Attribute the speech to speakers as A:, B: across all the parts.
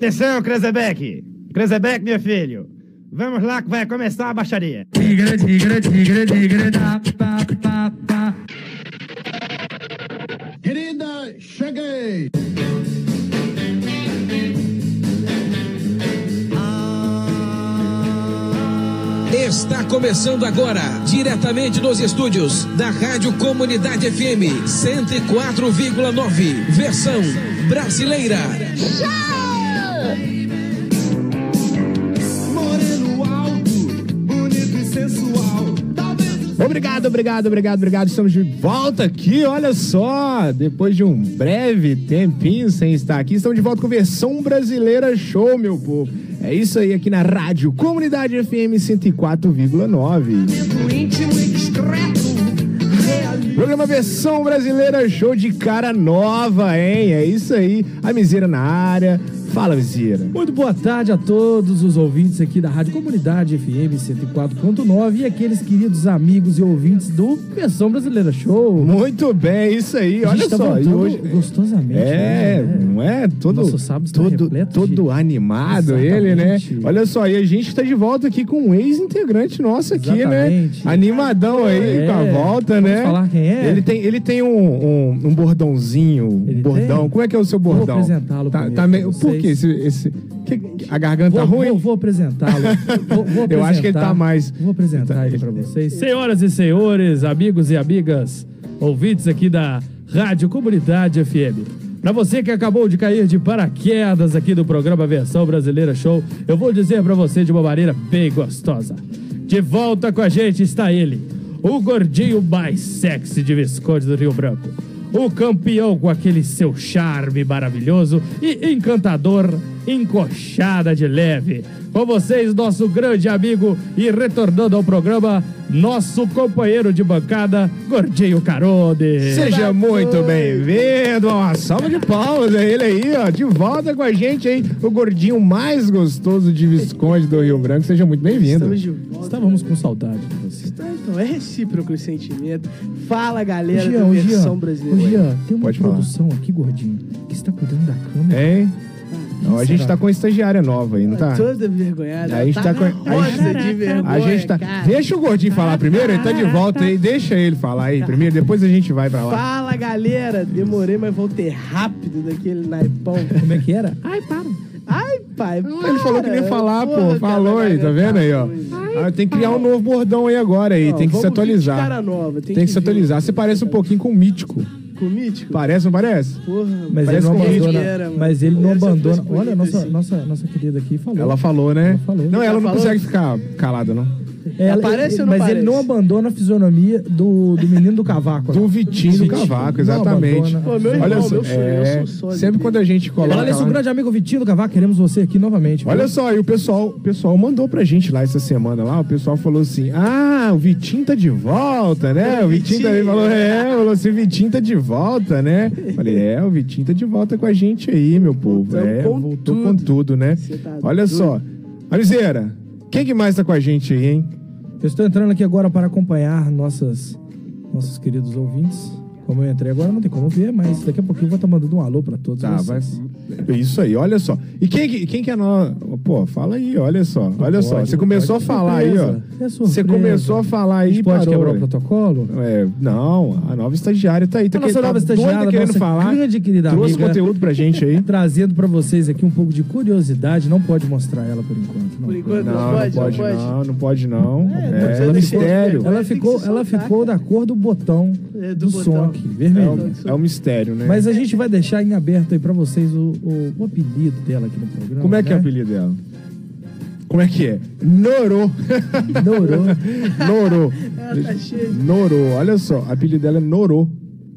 A: Atenção, Krezebeck! Krezebeck, meu filho! Vamos lá que vai começar a baixaria!
B: Tigra, tigra, tigra, tigra, da, pa, pa, pa.
C: Querida, cheguei!
D: Está começando agora, diretamente dos estúdios da Rádio Comunidade FM 104,9, versão brasileira.
C: Moreno alto, bonito e sensual. Talvez o
E: Obrigado, obrigado, obrigado, obrigado. Estamos de volta aqui, olha só. Depois de um breve tempinho sem estar aqui, estamos de volta com versão brasileira show, meu povo. É isso aí aqui na Rádio Comunidade FM 104,9.
C: tempo íntimo e discreto. Realismo.
E: Programa Versão Brasileira Show de cara nova, hein? É isso aí. A Miseira na área. Fala, Miseira.
B: Muito boa tarde a todos os ouvintes aqui da Rádio Comunidade FM 104.9 e aqueles queridos amigos e ouvintes do Versão Brasileira Show.
E: Muito bem, é isso aí.
B: A gente
E: Olha
B: tá
E: só, e
B: voltando
E: hoje
B: gostosamente,
E: É,
B: né?
E: não é? Todo,
B: Nosso sábado está
E: todo,
B: repleto
E: todo
B: de-
E: animado ele, né?
B: Exatamente.
E: Olha só, e a gente tá de volta aqui com um ex-integrante nosso aqui,
B: Exatamente.
E: né? Animadão aí
B: É.
E: com a volta,
B: Vamos
E: né?
B: falar quem é?
E: Ele tem, ele tem um, um, um bordãozinho, um
B: Ele
E: bordão.
B: tem?
E: Como é que é o seu bordão?
B: apresentá-lo
E: tá,
B: primeiro
E: tá
B: pra
E: meio, Por
B: vocês.
E: quê? Esse, esse- que- a garganta
B: Vou,
E: ruim?
B: vou, vou apresentá-lo. Vou- vou
E: Eu acho que ele tá
B: apresentar-
E: mais-
B: Vou apresentar
E: tá-
B: ele
E: ele-
B: para vocês. Senhoras e senhores, amigos e amigas, ouvintes aqui da Rádio Comunidade FM. Para você que acabou de cair de paraquedas aqui do programa Versão Brasileira Show, eu vou dizer para você de uma maneira bem gostosa. De volta com a gente está ele, o gordinho mais sexy de Visconde do Rio Branco. O campeão com aquele seu charme maravilhoso e encantador, encoxada de leve. Com vocês, nosso grande amigo e retornando ao programa, nosso companheiro de bancada, Gordinho Carone.
E: Seja muito bem-vindo. Uma salva de palmas a ele aí, ó. De volta com a gente aí, o gordinho mais gostoso de Visconde do Rio Branco. Seja muito bem-vindo.
F: Estamos de volta.
B: Estávamos com saudade de você.
F: Tá, então, é recíproco o sentimento. Fala, galera
B: Ô,
F: do
B: ô,
F: Versão
B: ô,
F: Brasileira.
B: Jean, tem uma
E: Pode falar. É.
B: produção aqui, Gordinho, que está cuidando da câmera.
E: Hein?
F: Hum,
E: Não, a
B: Será?
E: gente tá com estagiária nova aí, não tá?
F: Toda vergonhada.
E: A gente tá com- a
F: rosa
E: gente-
F: de vergonha,
E: A gente tá.
F: cara.
E: Deixa o gordinho falar primeiro, ele tá de volta aí. Deixa ele falar aí primeiro, depois a gente vai pra lá.
F: Tá. Fala, galera. Demorei, mas voltei rápido daquele naipão.
B: Como é que era? Ai, para.
F: Ai, pai,
E: Ele falou que nem falar, pô.
F: Porra,
E: Falou
F: cara,
E: aí, tá vendo aí, ó?
F: coisa.
E: Ah, tem que criar um novo bordão aí agora aí.
F: Ó,
E: Tem que
F: vamos
E: se
F: vir de
E: atualizar.
F: cara nova, Tem,
E: Tem que se
F: vir
E: atualizar. Você parece um pouquinho com o mítico.
F: Com o Mítico?
E: Parece, não parece?
F: Porra,
B: Mas ele
F: parece
B: não
F: com
E: convite.
B: abandona.
F: Oliveira, mano.
B: mas ele não
F: Oliveira, se eu fosse
B: abandona.
F: bonito
B: Olha, nossa,
F: assim.
B: nossa, nossa querida aqui falou.
E: Ela falou, né?
B: Ela falou.
E: Não, ela não
F: Ela
E: consegue ficar calada, não.
B: Ela,
F: Aparece
B: ele-
F: ou não
B: mas
F: aparece?
B: ele não abandona a fisionomia do, do menino do cavaco.
E: Do
B: né?
E: Vitinho do
B: Vitinho.
E: Cavaco,
B: Não
E: exatamente.
B: abandona.
F: Pô, meu irmão,
E: Olha só,
F: meu sonho,
E: é,
F: eu sou sódio
E: sempre
F: dele.
E: quando a gente coloca.
B: Olha, esse
E: lá-
B: grande amigo Vitinho do cavaco, queremos você aqui novamente. viu?
E: Olha só, e o pessoal, o pessoal mandou pra gente lá essa semana lá, o pessoal falou assim: "Ah, o Vitinho tá de volta, né?" O Vitinho também falou: "É, falou assim, o Vitinho tá de volta, né?" Falei: "É, o Vitinho tá de volta com a gente aí, meu povo.
F: Voltamos
E: É,
F: com
E: voltou
F: tudo.
E: com tudo, né?"
F: Você tá
E: Olha só. Alizeira, quem que mais tá com a gente aí, hein?
B: Eu estou entrando aqui agora para acompanhar nossas, nossos queridos ouvintes. Como eu entrei agora, não tem como ver, mas daqui a pouquinho eu vou estar mandando um alô para todos.
E: Tá, vai.
B: vocês.
E: Isso aí, olha só. E quem, que- quem que é nós? Pô, fala aí, olha só. olha só,
B: pode,
E: você
B: não
E: começou
B: pode.
E: a falar
B: Surpresa,
E: aí, ó.
B: é surpresa.
E: você começou a falar
B: A
E: aí,
B: gente pode
E: parou,
B: quebrar
E: ué.
B: o protocolo?
E: É, não, a nova estagiária tá aí. Tá,
B: A nossa
E: que- tá
B: nova
E: doida
B: estagiária,
E: querendo
B: nossa
E: falar.
B: grande querida
E: Trouxe
B: amiga.
E: conteúdo pra gente aí.
B: Trazendo para vocês aqui um pouco de curiosidade, não pode mostrar ela por enquanto. não.
F: Por enquanto,
E: Não,
F: não, pode, não pode.
E: não, não pode não.
F: É, não
E: É,
F: precisa deixar
E: mistério.
F: de-
B: Ela
F: Tem que
B: ficou,
F: se
B: ela
F: soltar,
B: ficou da
F: cara.
B: cor do botão
F: É,
B: do,
F: do
B: som
F: botão.
B: aqui,
E: É
B: vermelho.
E: um, é um mistério, né?
B: né? Mas a gente vai deixar em aberto aí pra vocês o, o- o apelido dela aqui no programa.
E: Como é que é o
B: né?
E: apelido dela? Como é que é? Norô.
B: Norô.
E: Norô.
F: Ela tá cheia de...
E: Norô, olha só, o apelido dela é Norô.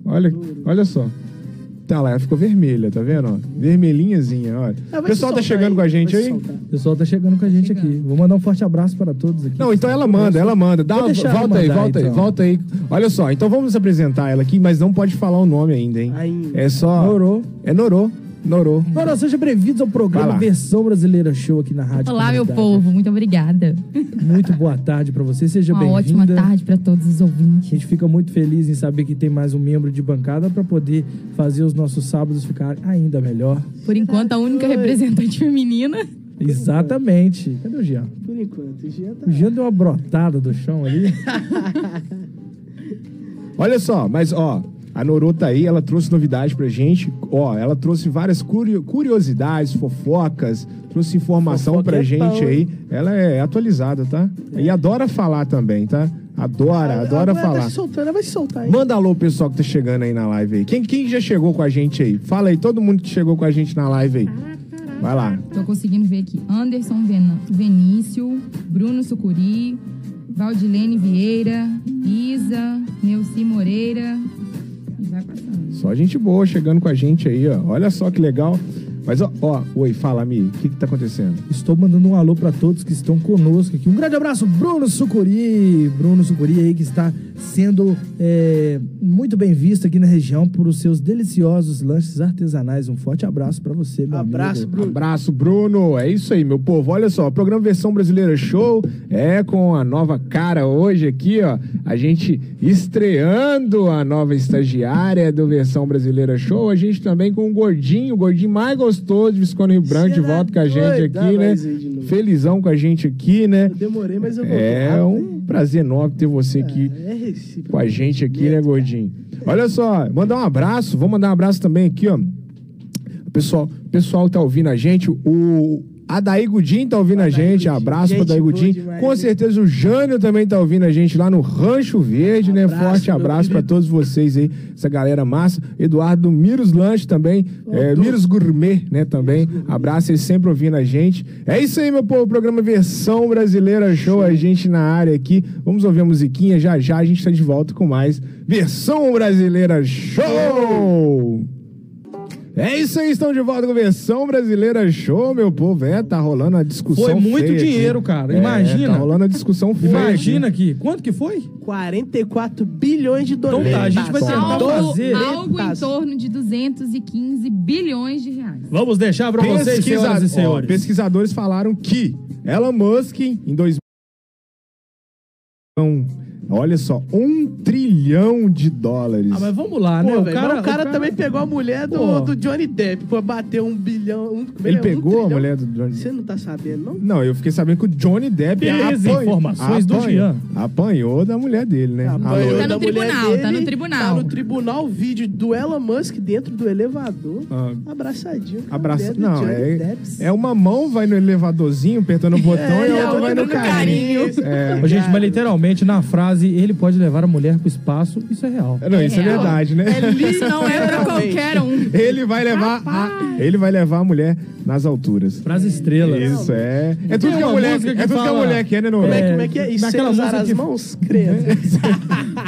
E: Olha, olha só. Tá lá, ela ficou vermelha, tá vendo? ó? Vermelhinhazinha, olha.
F: Ah,
E: o
F: vai se
E: pessoal tá
F: soltar
E: chegando
F: aí,
E: com a gente
F: vai se
E: aí?
F: soltar.
B: O pessoal tá chegando com a gente aqui. Vou mandar um forte abraço para todos aqui.
E: Não, então ela manda, ela manda. Dá,
B: Vou
E: volta
B: deixar ela
E: aí,
B: mandar,
E: volta aí,
B: então.
E: volta aí. Olha só, então vamos apresentar ela aqui, mas não pode falar o nome ainda, hein?
F: Ainda.
E: É só.
B: Norô.
E: É Norô. Norô.
B: Nora, seja bem-vindos ao
E: Vai
B: programa
E: lá.
B: Versão Brasileira Show aqui na Rádio
G: Olá, meu
B: Comunitária.
G: povo, muito obrigada.
B: Muito boa tarde pra você, seja
G: Uma ótima
B: bem-vinda.
G: tarde para todos os
B: A
G: ouvintes.
B: gente fica muito feliz em saber que tem mais um membro de bancada pra poder fazer os nossos sábados ficarem ainda melhor.
G: Por enquanto, a única representante feminina.
B: Exatamente. Cadê o Jean?
F: Por enquanto, o Jean tá.
B: O Jean deu uma brotada do chão ali.
E: Olha só, mas ó, a Norô tá aí, ela trouxe novidade pra gente. Ó, ela trouxe várias curio- curiosidades, fofocas, trouxe informação
F: Fofoca
E: pra
F: é
E: gente
F: bom.
E: aí. Ela é atualizada, tá? E adora falar também, tá? Adora, adora
F: Agora
E: falar.
F: Tá se soltando, ela vai se soltar, hein?
E: Manda alô, pessoal, que tá chegando aí na live aí. Quem, quem já chegou com a gente aí? Fala aí, todo mundo que chegou com a gente na live aí. Vai lá.
G: Tô conseguindo ver aqui. Anderson Ven- Venício, Bruno Sucuri, Valdilene Vieira, Isa, Neuci Moreira. E vai passando.
E: Só gente boa chegando com a gente aí, ó. Olha só que legal. Mas, ó, ó oi, fala, Mi. O que que tá acontecendo?
B: Estou mandando um alô para todos que estão conosco aqui. Um grande abraço, Bruno Sucuri. Bruno Sucuri aí que está sendo é, muito bem visto aqui na região por os seus deliciosos lanches artesanais. Um forte abraço para você, meu
F: Abraço,
B: amigo.
F: Bruno.
E: Abraço, Bruno. É isso aí, meu povo. Olha só, o programa Versão Brasileira Show é com a nova cara hoje aqui, ó. A gente estreando a nova estagiária do Versão Brasileira Show. A gente também com o gordinho, o gordinho mais gostoso de Visconde Rio Branco, de
F: Será
E: volta com a gente
F: doido?
E: aqui,
F: Ah,
E: né?
F: mas aí de novo.
E: Felizão com a gente aqui, né?
F: Eu demorei, mas eu né? voltei.
E: É
F: rápido,
E: um
F: hein?
E: prazer enorme ter você aqui
F: Ah, É recíproco.
E: com a gente aqui, né, gordinho? Olha só, mandar um abraço, vou mandar um abraço também aqui, ó. O pessoal, o pessoal que tá ouvindo a gente, o Adaí Gudim tá ouvindo a
F: Adair
E: gente,
F: Gudim,
E: abraço pro
F: gente
E: Adaí
F: boa
E: Gudim.
F: demais,
E: Com
F: né?
E: certeza o Jânio também tá ouvindo a gente lá no Rancho Verde, né?
F: Abraço,
E: Forte
F: meu
E: abraço pra
F: querido.
E: todos vocês aí, essa galera massa. Eduardo Miros Lanche também, é, Miros Gourmet, né, também. Abraço, eles sempre ouvindo a gente. É isso aí, meu povo, programa Versão Brasileira Show, a gente na área aqui. Vamos ouvir a musiquinha, já já a gente tá de volta com mais Versão Brasileira Show! É isso aí, estão de volta com Versão Brasileira Show, meu povo. É, tá rolando a discussão
B: Foi muito
E: feia aqui.
B: dinheiro, cara,
E: É,
B: imagina.
E: Tá rolando a discussão feia. aqui.
B: Imagina aqui, quanto que foi?
F: 44 bilhões de dólares.
B: Então tá, a gente vai tentar
G: Algo,
B: fazer.
G: algo em
F: Doletas.
G: torno de 215 bilhões de reais.
B: Vamos deixar para vocês, senhoras
E: Pesquisado-
B: e
E: ó,
B: senhores.
E: pesquisadores falaram que Elon Musk, em 2000. Olha só, um trilhão de dólares.
B: Ah, mas vamos lá, né?
F: Pô, velho, mas o, cara,
B: o
F: também pegou a mulher
B: Pô.
F: do, do Johnny Depp. Pô, bateu um bilhão. um- como é que
E: Ele
F: é? Um
E: pegou a
F: trilhão.
E: mulher do Johnny
F: Você não tá sabendo, não?
E: Não, eu fiquei sabendo que o Johnny Depp
B: Beleza,
E: apanhou-
B: informações do Jean.
E: apanhou da mulher dele, né? A
F: Apanhou
E: loira.
G: Tá no
F: da mulher
G: tribunal, tá no tribunal.
F: Tá no tribunal o vídeo do Elon Musk dentro do elevador.
E: Ah.
F: Abraçadinho. com a
E: Abraça...
F: mulher do
E: Não,
F: Johnny
E: é,
F: Depp.
E: é uma mão vai no elevadorzinho, apertando o botão,
F: É,
E: e a
F: e
E: outra, vai no carinho. É.
B: Ô, Gente, mas literalmente na frase ele pode levar a mulher pro espaço, isso é real.
E: Não, isso é,
G: real.
E: verdade, né?
G: Isso não é pra
F: Literalmente.
G: qualquer um.
E: Ele vai levar a, ele vai levar a mulher nas alturas.
B: Frase estrela.
E: Isso é. É tudo
B: Tem
E: que a
B: uma
E: mulher,
B: música que
E: é tudo que a
B: fala-
E: mulher quer, né, Nô?
F: Como é, que- como é que é? E sem
B: Naquela
F: usar
B: música
F: as
B: que-
F: mãos? Credo.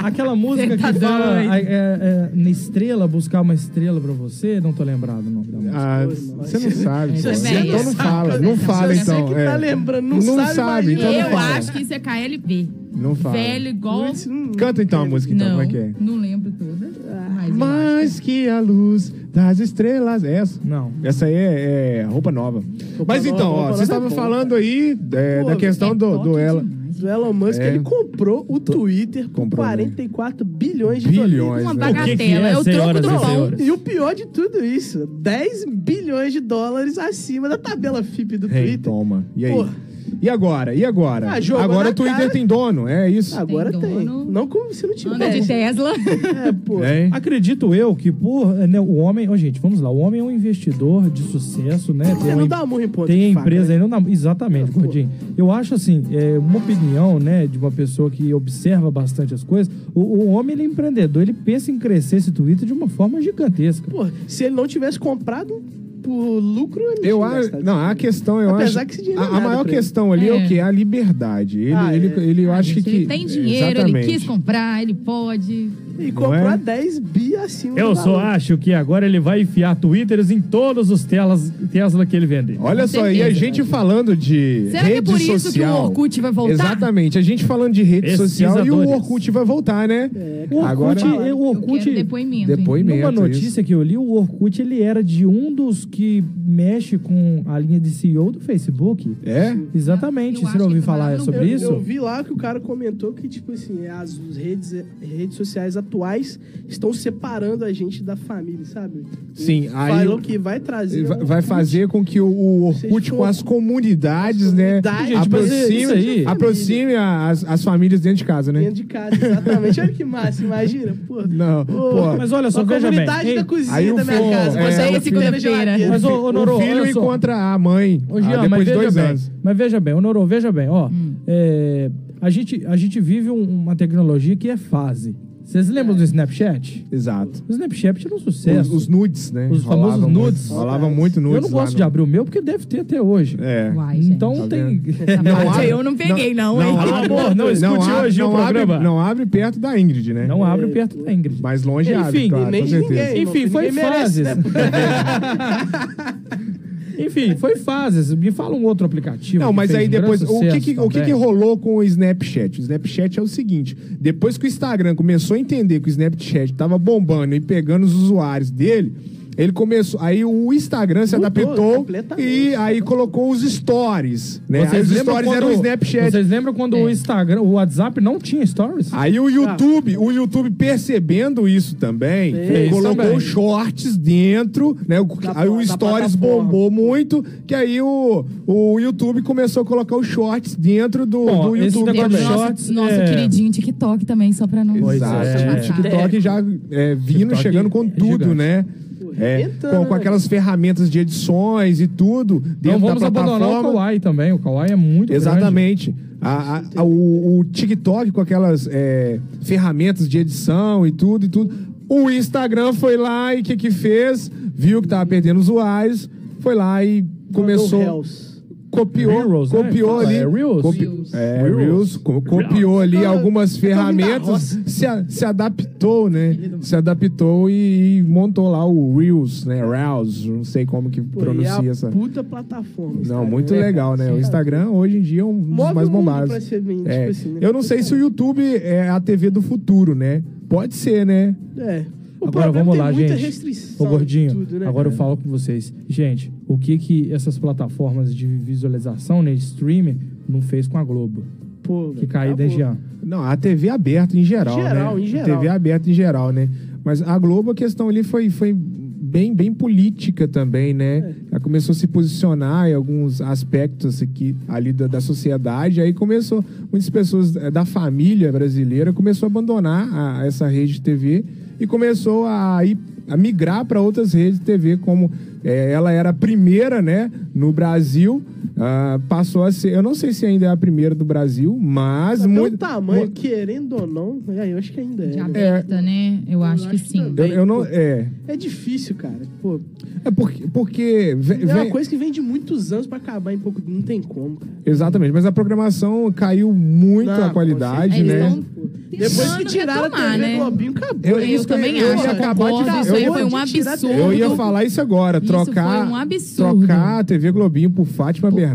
B: Aquela música
G: Você tá
B: que fala
G: doido.
B: a- é, é, na estrela, buscar uma estrela pra você, não tô lembrado o nome da música.
E: Ah, você não sabe.
G: Isso é
E: pô.
G: velho.
E: Então não
G: Isso é
E: fala,
G: velho.
E: não
G: Isso é
E: fala
G: velho.
E: então.
F: Você que tá
E: é.
F: lembrando, não sabe,
E: sabe,
B: tá
F: imagina.
E: então não
G: Eu
E: fala.
G: acho que isso é KLB.
E: Não fala.
G: Velho igual.
F: Hum,
E: Canta então a música então,
G: Não,
E: como é que é?
G: não lembro toda. Mas, eu
E: Mais que a luz das estrelas. É Essa.
B: Não.
E: Essa aí é, é roupa nova. Mas
F: nova,
E: então,
F: roupa
E: ó,
F: nova
E: vocês
F: é
E: estavam
F: bom,
E: falando aí é,
F: Pô,
E: da
F: velho,
E: questão
G: é
E: do,
G: top
E: do ela.
G: demais.
F: Do Elon Musk,
E: É.
F: ele comprou o Twitter por
E: Comprou, né?
F: 44 bilhões de
E: Bilhões,
G: Uma
E: né?
B: O que que
G: bagatela,
B: é,
G: é o troco
B: senhoras
G: do
B: e
G: pão.
B: senhores?
F: dólares. E o pior de tudo isso, 10 bilhões de dólares acima da tabela FIP do
E: Ei,
F: Twitter.
E: toma. E aí?
F: Porra.
E: E agora? E agora?
F: Ah, jogou
E: agora
F: na
E: o Twitter
F: cara. Ah,
E: tem dono, é isso?
F: Agora
G: Tem
F: tem.
G: dono.
F: Não como se não tivesse.
G: Anda de Tesla.
F: É, pô.
E: É.
B: Acredito eu que, por, né, o homem. Ô, gente, vamos lá. O homem é um investidor de sucesso, né?
F: Você
B: Tem uma
F: não
B: em-
F: dá murro em ponto
B: Tem a
F: de faca,
B: empresa
F: né?
B: aí, não dá. Exatamente,
F: Ah, pô.
B: Gordinho. Eu acho assim, é uma opinião, né, de uma pessoa que observa bastante as coisas. O, o homem, ele é empreendedor, ele pensa em crescer esse Twitter de uma forma gigantesca.
F: Pô, se ele não tivesse comprado por lucro, ele
E: Eu
F: tinha
E: acho.
F: gastado.
E: Não, a questão, eu
F: Apesar
E: acho.
F: que esse dinheiro
E: a,
F: não é
E: a
F: nada
E: maior
F: pra ele.
E: questão ali é. o
G: É.
E: quê? A liberdade. Ele,
F: Ah,
E: ele,
F: é.
E: ele eu acho
G: Gente,
E: que.
G: Ele tem dinheiro,
E: Exatamente.
G: ele quis comprar, ele pode.
F: E
E: Não
F: comprou
E: é?
F: a 10 bi acima
B: Eu
F: do
B: só
F: valor.
B: acho que agora ele vai enfiar Twitters em todos os telas, Tesla que ele vender.
E: Olha
G: Com
E: só, e a
G: certeza.
E: gente falando de
G: Será que
E: rede
G: é por isso
E: social.
G: que o Orkut vai voltar?
E: Exatamente, a gente falando de rede social e o
B: Pesquisadores.
E: Orkut vai voltar, né?
B: É, O Orkut,
E: Agora,
B: o
G: Eu
B: Orkut
G: quero depoimento. hein?
E: depoimento.
B: Numa notícia que eu li, o Orkut ele era de um dos que mexe com a linha de CEO do Facebook.
E: É?
B: Exatamente.
G: Eu
B: Você
G: acho
B: não ouviu
G: que falaram
B: falar
G: no
B: sobre
G: grupo.
B: isso?
F: Eu vi lá que o cara comentou que, tipo assim, as redes, redes sociais atuais estão separando a gente da família, sabe?
E: Sim, aí-
F: Falou que vai trazer.
E: Vai-
F: um-
E: Vai fazer com que o- o Orkut
F: Seja
E: com as comunidades, né?
F: Comunidade.
H: Gente, mas é isso aí.
E: Aproxime, aproxime as, as famílias dentro de casa, né?
F: Dentro de casa, exatamente. Olha que massa, imagina. Pô,
E: Não, pô.
H: Mas olha só,
F: a
H: veja bem.
F: comunidade
H: Ei,
F: da cozinha
E: aí o
F: da minha
E: fogo,
F: casa.
E: é,
F: passar
E: o
F: uma
E: filho-
G: segunda-feira.
F: geladeira.
H: Mas, ô, ô, Norô,
E: o filho
H: olha só.
E: encontra a mãe
B: Ô, Jean,
E: ah, depois
B: mas
E: de
B: veja
E: dois
B: bem,
E: anos.
B: Mas veja bem, ô Norô, veja bem, ó. é, a, gente, a gente vive um- uma tecnologia que é fase. Vocês lembram do Snapchat?
E: Exato.
B: O Snapchat era um
E: Os,
B: sucesso.
E: os nudes, né?
B: Os famosos
E: Rolavam muito-
B: nudes.
E: Rolava muito nudes.
B: Eu não
E: lá
B: gosto
E: no-
B: de abrir o meu porque deve ter até hoje.
E: É.
G: Uai, gente.
B: Então
E: Tá
B: tem.
G: Essa
E: Não
G: parte
E: abre-
G: aí eu não peguei, não,
F: é
G: hein?
B: Pelo
E: abre-
B: amor, não escute
E: abre-
B: hoje o
E: não abre-
B: programa.
E: não abre perto da Ingrid, né?
B: Não abre perto da Ingrid.
E: Mais longe
B: Enfim,
E: abre, claro,
F: nem
E: com
F: de
E: certeza.
F: ninguém. Ei,
B: Enfim,
F: não,
B: foi
F: ninguém
B: fases.
F: merece,
B: Enfim, foi fases. Me fala um outro aplicativo.
E: Não,
B: que
E: mas
B: fez
E: aí
B: um grande
E: depois, o, que,
B: sucesso
E: que- o que, que
B: também.
E: rolou com o Snapchat? O Snapchat é o seguinte: depois que o Instagram começou a entender que o Snapchat tava bombando e pegando os usuários dele, ele começou. Aí o Instagram se
F: Mudou
E: adaptou
F: completamente.
E: e aí colocou os stories. Né? Aí
B: Vocês
E: os
B: lembram
E: stories eram o
B: quando-
E: Snapchat.
B: Vocês lembram quando o Instagram, o WhatsApp não tinha stories?
E: Aí o YouTube, o YouTube percebendo isso também,
B: Fez
E: colocou
B: também.
E: shorts dentro, né? O-
F: Da-
E: aí o
F: da
E: Stories
F: plataforma.
E: bombou muito, que aí o, o YouTube começou a colocar os shorts dentro do,
B: Bom,
E: do
B: esse
E: YouTube
B: negócio
G: Temos
B: de
E: também.
G: nosso,
B: shorts,
G: nosso
B: é.
G: queridinho TikTok também, só pra não né?
E: Pois
G: não
E: é.
G: passar.
E: O TikTok já é, vindo,
B: TikTok
E: chegando com
B: é
E: tudo,
B: gigante.
E: né? É,
F: arrebentando,
E: com, com
F: né?
E: aquelas ferramentas de edições e tudo
B: Não
E: dentro
B: Então vamos
E: da plataforma.
B: abandonar o Kawaii também. O Kawaii é muito
E: Exatamente. A- a- a- o, o TikTok com aquelas é, ferramentas de edição e tudo e tudo. O Instagram foi lá e o que que fez? Viu que tava perdendo usuários, foi lá e começou,
F: Reels.
E: copiou,
B: Reels, né?
E: copiou
B: Fala,
E: ali,
B: é Reels?
E: copi- é, Reels, co- copiou ali
F: Tá-
E: algumas
F: tá vindo da
E: ferramentas,
F: roça.
E: se, a- se adaptou, né? Se adaptou e, e montou lá o Reels, né? Reels, não sei como que
F: Pô,
E: pronuncia
F: e a
E: essa.
F: é puta plataforma. É.
E: Não,
F: Instagram.
E: muito legal, né? O Instagram hoje em dia é um dos
F: Move
E: mais
F: o mundo
E: bombados.
F: pra ser bem,
E: É.
F: tipo assim, né?
E: Eu não sei se o YouTube é a TV do futuro, né? Pode ser, né?
F: É. O
B: Agora
F: problema
B: vamos
F: tem
B: lá,
F: muita
B: gente.
F: restrição
B: Ô,
F: de
B: gordinho,
F: tudo, né,
B: agora eu
F: cara?
B: falo com vocês. Gente, o que que essas plataformas de visualização, né, de streaming, não fez com a Globo?
F: Pô,
B: Que caída, hein,
F: acabou.
B: Jean?
E: Não, a TV aberta em geral,
F: Em geral,
E: né?
F: em geral.
E: TV aberta em geral, né? Mas a Globo, a questão ali foi, foi bem, bem política também, né? Ela começou a se posicionar em alguns aspectos aqui, ali da, da sociedade. Aí começou, muitas pessoas eh, da família brasileira começou a abandonar a- essa rede de TV e começou a ir a migrar para outras redes de TV, como eh, ela era a primeira, né, no Brasil, ah, passou a ser, eu não sei se ainda é a primeira do Brasil, mas
F: Até
E: muito
F: o um tamanho,
E: mu-
F: querendo ou não, eu acho que ainda
G: Já
F: é.
G: aberta, né? Eu acho que
F: acho
G: sim.
F: também.
E: Eu, eu não é
F: É difícil, cara. Pô,
E: é porque porque ve-
F: é uma
E: vem-
F: coisa que vem de muitos anos pra acabar em pouco. Não tem como, cara.
E: exatamente, mas a programação caiu muito
F: Não,
E: a qualidade,
G: Eles
E: né?
G: estão
F: Depois que tiraram a TV
G: né?
F: Globinho, acabou.
E: Eu-
G: Eu,
E: isso que eu-
G: também
E: eu
G: acho,
E: ia
G: eu
E: acabar de
G: concordo.
E: dar-
G: isso
E: eu
G: aí
E: ia-
G: foi um
F: de tirar-
G: absurdo.
E: Eu ia falar isso agora,
G: Isso
E: trocar
G: foi um absurdo.
E: trocar a TV Globinho por Fátima Bernardes.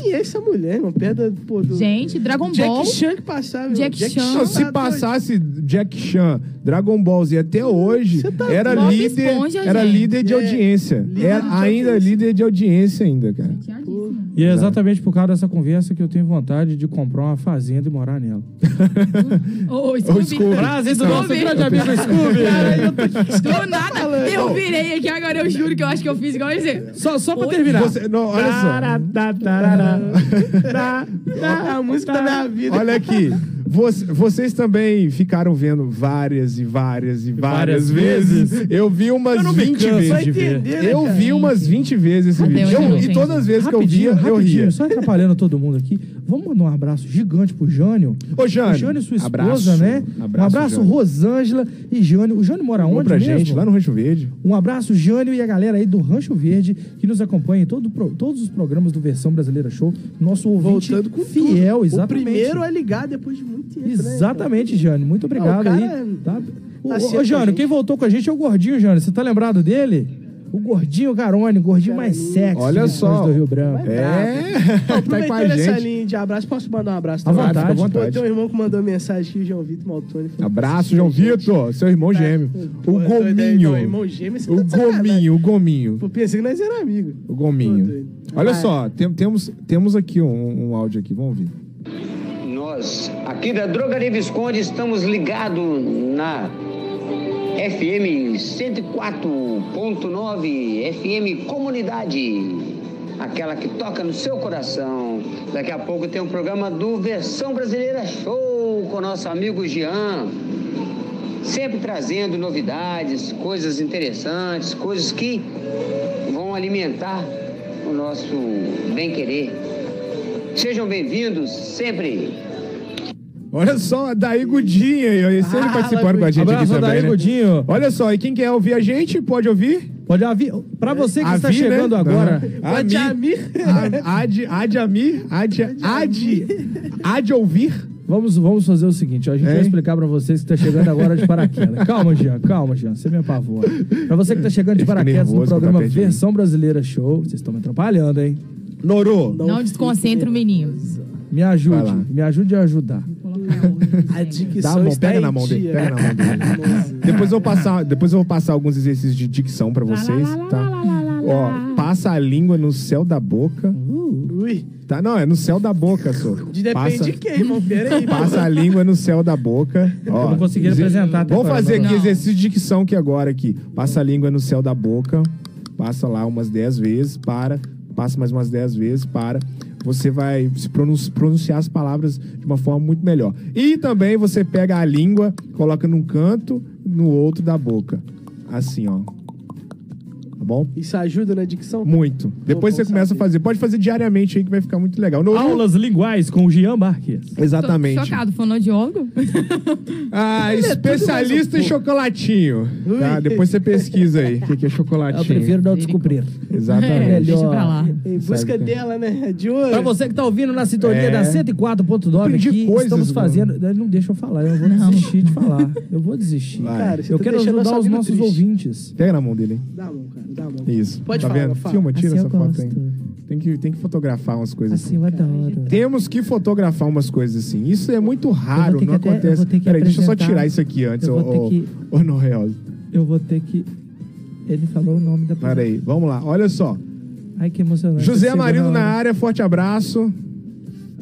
F: Quem é essa mulher, mano? Perda, pô, do...
G: Gente, Dragon Ball.
F: Jack Chan que passava.
G: Jack
F: irmão.
G: Chan.
E: Não, se
F: tá
E: passasse Jack Chan, Dragon Ball Z até hoje,
F: Você tá
E: era
G: Bob
E: líder,
G: Esponja,
E: era
G: gente.
E: líder de
F: É,
E: audiência.
F: líder
E: Era
F: de
E: ainda
F: audiência.
E: líder de audiência ainda, cara.
G: Chateadíssima.
B: E é exatamente por causa dessa conversa que eu tenho vontade de comprar uma fazenda e morar nela. Então,
G: Ô,
E: Ô, Scooby.
G: Scooby.
B: Frase do nosso
G: Scooby.
B: grande amigo Scooby.
G: Do nada, eu virei aqui agora, eu juro que eu acho que eu fiz igual a você.
B: Só, só pra terminar.
E: Você- não, olha só.
F: doido. A música da minha vida.
E: Olha aqui. Voc- Vocês também ficaram vendo várias e várias e várias,
B: Várias
E: vezes.
B: vezes.
E: Eu vi umas
B: não me
E: 20
B: canso
E: vezes.
F: Vai
B: de ver.
F: entender, né,
E: Eu
F: cara?
E: vi umas 20 vezes esse
G: Até
E: vídeo.
G: hoje
E: Eu-
G: eu
E: e
G: entendi.
E: todas as vezes que eu via, eu ria.
B: só atrapalhando todo mundo aqui. Vamos mandar um abraço gigante pro Jânio.
E: Ô, Jânio,
B: O Jânio e sua esposa,
E: abraço.
B: né?
E: Abraço,
B: um abraço,
E: Jânio.
B: Rosângela e Jânio. O Jânio mora
E: Vamos
B: onde
E: pra
B: mesmo?
E: gente, lá no Rancho Verde.
B: Um abraço, Jânio, e a galera aí do Rancho Verde, que nos acompanha em todo, pro- todos os programas do Versão Brasileira Show. Nosso ouvinte
F: Voltando com
B: fiel,
F: tudo.
B: exatamente.
F: O primeiro
E: é
F: a ligar depois de muito tempo, né, cara?
B: Exatamente, Jânio. Muito obrigado
F: Ah, o
B: aí.
E: é
F: cara
B: Tá?
F: tá
B: Ô,
F: certo
B: ô,
F: com a
B: Jânio,
F: gente.
B: quem voltou com a gente é o Gordinho, Jânio. Você tá lembrado dele? O gordinho Garone, o gordinho mais
F: Caralho.
B: sexy
E: Olha
B: de
E: só.
B: Foz do Rio Branco.
E: É,
F: Ó,
E: tá com a
F: Aproveitando essa
E: gente.
F: linha de abraço, posso mandar um abraço?
B: À
F: também?
B: vontade.
E: Fica à vontade.
F: Pô, Tem um irmão que mandou mensagem aqui, o João Vitor Maltoni. falou,
E: Abraço, João
F: "Gente,
E: Vitor, seu irmão
F: tá-
E: gêmeo.
F: Pô,
E: O
F: doido aí, não,
E: Gominho.
F: irmão gêmeo, você
E: O
F: tá de sacanagem.
E: Gominho, o Gominho.
F: Pô, pensei que nós éramos amigos.
E: O Gominho.
F: doido.
E: Olha
F: Vai.
E: só, tem- temos, temos aqui um, um áudio aqui, vamos ouvir.
I: Nós, aqui da Drogaria Visconde, estamos ligados na FM 104.9, FM Comunidade, aquela que toca no seu coração. Daqui a pouco tem um programa do Versão Brasileira Show com nosso amigo Jean. Sempre trazendo novidades, coisas interessantes, coisas que vão alimentar o nosso bem-querer. Sejam bem-vindos sempre.
E: Olha só, Daí Gudinho, aí, esse ele
F: Ah,
E: participando com a gente aqui
B: Abraço
E: também,
B: daí,
E: né?
B: Godinho.
E: Olha só, e quem quer ouvir a gente, pode ouvir?
B: Pode avi... Pra você que está
E: Avi, né?
B: chegando agora,
E: Aham. Ami. A- Adi, Adi Amir, Adi, Adi, Adi ouvir.
B: vamos, vamos fazer o seguinte. ó, A gente vai
E: É, Hein?
B: explicar pra vocês que está chegando agora de paraquedas. calma, Jean, calma, Jean. Você me apavora. Pra você que está chegando de
E: Ele fica
B: paraquedas no
E: nervoso quando tá
B: programa
E: perto de mim.
B: Versão Brasileira Show, vocês estão me atrapalhando, hein?
E: Norô.
G: Não desconcentra o menino.
B: Me
E: Vai lá.
B: ajude, me ajude a ajudar.
G: Vou colocar hoje,
F: A
G: gente.
F: dicção
E: Dá a mão,
F: está
E: pega
F: em é.
E: na mão dele,
F: dia.
E: pega na mão dele. Depois eu vou passar, depois eu vou passar alguns exercícios de dicção pra vocês, tá? Ó, passa a língua no céu da boca.
F: Ui,
E: Tá, não, é no céu da boca, só.
F: de depende
E: passa,
F: de quem, irmão. Pera aí.
E: passa a língua no céu da boca. Ó,
B: Eu não consegui
E: exer-
B: representar até
E: Vamos
B: agora,
E: fazer
B: mas-
E: aqui
G: Não.
E: exercício de dicção aqui agora aqui. Passa a língua no céu da boca, passa lá umas 10 vezes, para, passa mais umas 10 vezes, para. Você vai se pronun- pronunciar as palavras de uma forma muito melhor. E também você pega a língua, coloca num canto, no outro da boca. Assim, ó. Tá bom?
F: Isso ajuda na dicção?
E: Muito. Depois
F: bom
E: você começa a
F: saber.
E: fazer. Pode fazer diariamente aí que vai ficar muito legal. No-
B: Aulas linguais com o Jean Marques.
G: Tô
E: Exatamente.
G: chocado, fonoaudiólogo?
E: Ah,
B: é um
E: especialista em chocolatinho. Tá? Depois você pesquisa aí o que, que é chocolatinho.
B: Eu prefiro não descobrir.
G: É,
E: Exatamente.
G: deixa pra lá.
F: Em busca
E: Sabe,
F: dela, né? De ouro.
B: Pra você que tá ouvindo na sintonia
E: É.
B: da 104.9
E: Aprendi
B: aqui,
E: coisas,
B: estamos
E: mano.
B: fazendo... Não deixa eu falar, eu vou desistir de falar. Eu vou desistir.
E: Vai.
F: Cara, você
B: eu
F: tá
B: quero
F: deixando
B: ajudar
F: nossa
B: os
F: vida
B: nossos
F: triste.
B: ouvintes.
E: Pega na mão dele, hein?
F: Dá a mão, cara. Dá a mão.
E: Isso.
F: Pode
E: tá
F: falar,
E: vendo?
F: fala.
E: Filma, tira
B: Assim eu
E: essa foto aí.
B: gosto.
E: Tem que, tem que fotografar umas coisas
B: Assim,
E: assim.
B: eu adoro.
E: Temos que fotografar umas coisas assim. Isso é muito raro,
B: ter
E: não
B: que até- eu
E: acontece.
B: vou ter que
E: Peraí, deixa eu só
B: apresentar.
E: tirar isso aqui antes,
B: Eu
E: ô
B: vou ter
E: ô-
B: que-
E: ô Noel.
B: Eu vou ter que... Ele falou o nome da pessoa.
E: Peraí, vamos lá. Olha só.
B: Ai, que emocionante.
E: José
B: Chegou
E: Amarino na
B: hora.
E: área, forte abraço.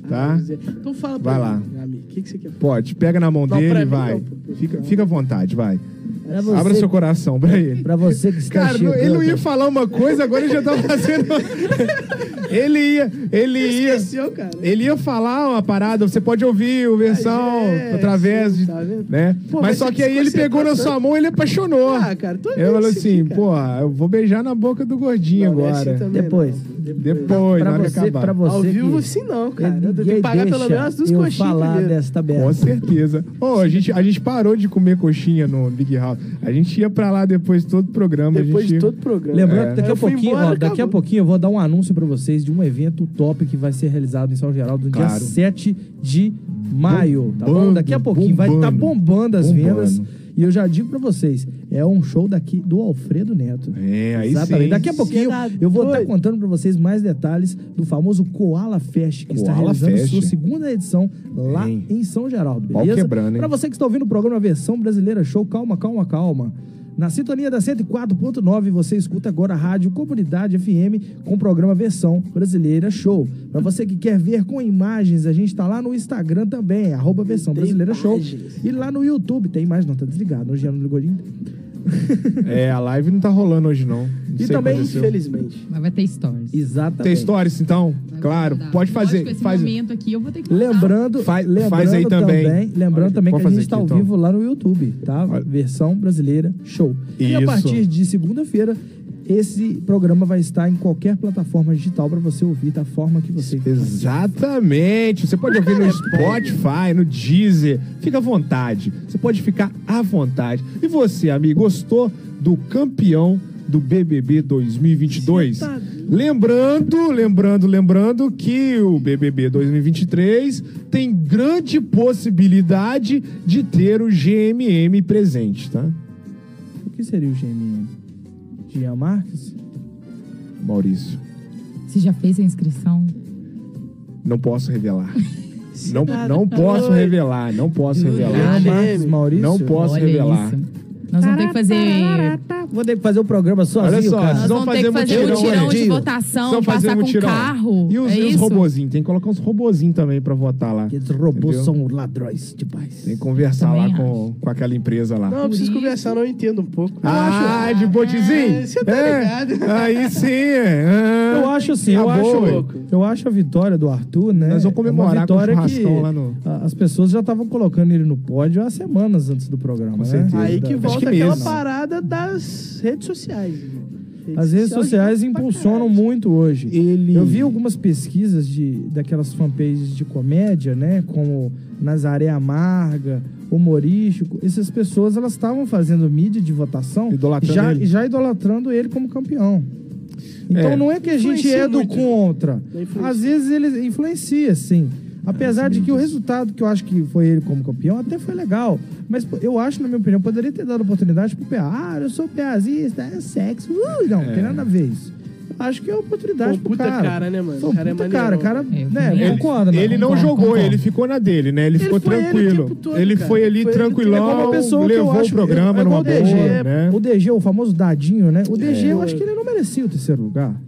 E: Tá?
F: Então fala
E: Vai
F: pra
E: lá.
F: mim, amigo. O que, que você quer falar?
E: Pode, pega na mão
F: Não, pra
E: dele,
F: mim
E: vai.
F: não, pô.
E: Fica, fica à vontade, vai.
B: Pra você,
E: Abra seu coração pra ele.
B: pra você que está
E: Cara, não-
B: chegando.
E: ele não ia falar uma coisa, agora ele já tá fazendo. ele ia. Ele ia.
F: Esqueceu, cara.
E: Ele ia falar uma parada, você pode ouvir o versão
F: é,
E: através de.
F: sim, tá vendo?
E: né?
F: Pô,
E: mas
F: mas
E: só
F: você
E: que aí ele
F: desconcentrou
E: pegou na
F: tanto.
E: sua mão e ele apaixonou.
F: Ah, cara, tô
E: Ele
F: vendo
E: falou
F: isso aqui,
E: assim,
F: cara.
E: pô, eu vou beijar na boca do gordinho
F: Não, não é assim
E: agora.
F: também,
B: Depois.
F: não.
E: Depois, na
B: pra
E: hora que
B: você, pra
E: acabar.
B: você
F: Ao vivo,
B: que... é
F: sim, não, cara. Eu tenho
B: Ninguém
F: que pagar
B: deixa
F: pelo menos as duas
B: eu
F: coxinhas
B: falar
F: primeiro.
B: desta
E: Com
B: beça.
E: certeza. Ô, a, gente, a gente parou de comer coxinha no Big House. A gente ia pra lá depois de todo o programa. a
F: Depois
E: gente-
F: de todo o programa.
B: Lembrando que
F: É.
B: daqui a
F: Eu fui
B: pouquinho,
F: embora,
B: ó, daqui a
F: acabou.
B: pouquinho eu vou dar um anúncio pra vocês de um evento top que vai ser realizado em São Geraldo no dia
E: Claro.
B: 7 de maio, tá bom?
E: Bombando,
B: Daqui a pouquinho vai estar
E: bombando.
B: bombando as
E: Bombando.
B: vendas. E eu já digo pra vocês, é um show daqui do Alfredo Neto.
E: É, aí sim.
B: Daqui a pouquinho
F: Você tá
B: eu vou estar
F: doido?
B: contando pra vocês mais detalhes do famoso Koala Fest, que está
E: Koala
B: realizando
E: Fest.
B: sua segunda edição lá
E: Bem.
B: em São Geraldo,
E: Pau
B: beleza?
E: quebrando, hein?
B: Pra você que está ouvindo o programa Versão Brasileira Show, calma, calma, calma. Na sintonia da 104.9, você escuta agora a Rádio Comunidade FM com o programa Versão Brasileira Show. Pra você que quer ver com imagens, a gente tá lá no Instagram também, arroba Versão
F: Tem
B: Brasileira Show.
F: imagens.
B: E lá no YouTube, tem imagem, não, tá desligado, hoje não ligou ainda.
E: É, a live não tá rolando hoje, não. não
B: E
E: sei o que
B: também,
E: aconteceu.
F: Infelizmente.
G: Mas vai ter stories.
B: Exatamente.
E: Tem stories, então?
G: Vai
E: Claro,
G: mandar.
E: pode fazer.
G: Lógico, esse
E: faz...
G: momento aqui eu vou ter que mandar.
B: Lembrando,
E: Faz-
B: lembrando
E: faz aí também.
B: Lembrando
E: Olha,
B: também que
E: pode
B: a gente
E: fazer
B: está
E: aqui,
B: ao
E: então.
B: vivo lá no YouTube, tá?
E: Olha.
B: Versão brasileira, show. E a
E: Isso.
B: partir de segunda-feira, esse programa vai estar em qualquer plataforma digital para você ouvir da forma que você
E: Exatamente. Você pode ouvir no Spotify, no Deezer. Fica à vontade. Você pode ficar à vontade. E você, amigo, gostou do campeão do BBB 2022?
F: Você tá doido.
E: Lembrando, lembrando, lembrando que o BBB 2023 tem grande possibilidade de ter o GMM presente, tá?
B: O que seria o GMM? Jean Marques?
E: Maurício,
G: Você já fez a inscrição?
E: não posso revelar. Não, não posso revelar, não posso revelar.
B: Jean Marques, Maurício?
E: Não posso
G: Olha
E: revelar.
G: isso. Nós vamos ter que fazer.
B: Vou ter que fazer o programa sozinho,
E: Olha só,
B: cara.
E: vocês
G: Nós
E: vão
G: vamos ter
E: fazer
G: que fazer
E: mutirão, né,
G: mutirão de
E: Edinho.
G: votação,
E: Vocês vão fazer
G: passar com
E: mutirão.
G: carro,
E: E os,
G: é
E: e os
G: isso?
E: robozinhos, tem que colocar uns robozinhos também pra votar lá.
B: Aqueles robôs
E: Entendeu?
B: são ladrões de paz.
E: Tem que conversar
G: Também
E: lá com, com aquela empresa lá.
F: Não, eu preciso conversar, não entendo um pouco. Eu
E: Ah,
F: acho-
E: de botezinho?
F: É, cê tá ligado.
E: Aí sim, é. Ah,
B: Eu acho assim,
E: tá
B: eu
E: bom, ué.
B: acho, eu acho a vitória do Arthur, né?
E: Nós vamos comemorar
B: uma vitória
E: com o
B: que
E: churrascão lá no-
B: a- as pessoas já estavam colocando ele no pódio há semanas antes do programa,
E: Com
B: né?
E: certeza.
F: Aí que
E: Acho
F: volta
E: que
F: aquela
E: mesmo.
F: parada das redes sociais, irmão.
B: As redes sociais
F: ajudam é pra
B: impulsionam
F: caralho.
B: muito hoje.
E: Ele-
B: Eu vi algumas pesquisas de, daquelas fanpages de comédia, né? Como Nazaré Amarga, Humorístico. Essas pessoas, elas estavam fazendo mídia de votação.
E: Idolatrando
B: já,
E: ele.
B: já idolatrando ele como campeão. Então
E: É.
B: não é que a gente
F: Influencia
B: é do
F: muito.
B: contra.
F: Não influencia.
B: Às vezes ele influencia, sim. Apesar de que o resultado que eu acho que foi ele como campeão até foi legal. Mas pô, eu acho, na minha opinião, poderia ter dado oportunidade pro PA. Ah, eu sou PAzista, é sexo. Uh, não,
E: É.
B: não tem nada a ver isso. Acho que é oportunidade
F: Pô,
B: pro
F: puta
B: cara.
F: cara, né, mano?
B: Pô,
F: O cara é
B: puta
F: maneirão,
B: cara, cara,
G: velho.
B: né,
G: Ele-
B: concorda, né?
E: É, Ele não
G: Concordo,
E: jogou,
G: concordo.
E: ele ficou na dele, né? Ele,
F: Ele
E: ficou
F: foi ele o
E: tranquilo. Ele,
F: tempo todo, cara.
E: foi ali
F: Foi ele o tempo
B: Ele é uma
E: tranquilão,
B: pessoa que eu
E: levou
B: acho,
E: o programa
B: é igual
E: numa
B: o
E: boa,
B: DG,
E: né?
B: O DG, o famoso dadinho, né? O DG, eu
F: É.
B: acho que ele não merecia o terceiro lugar.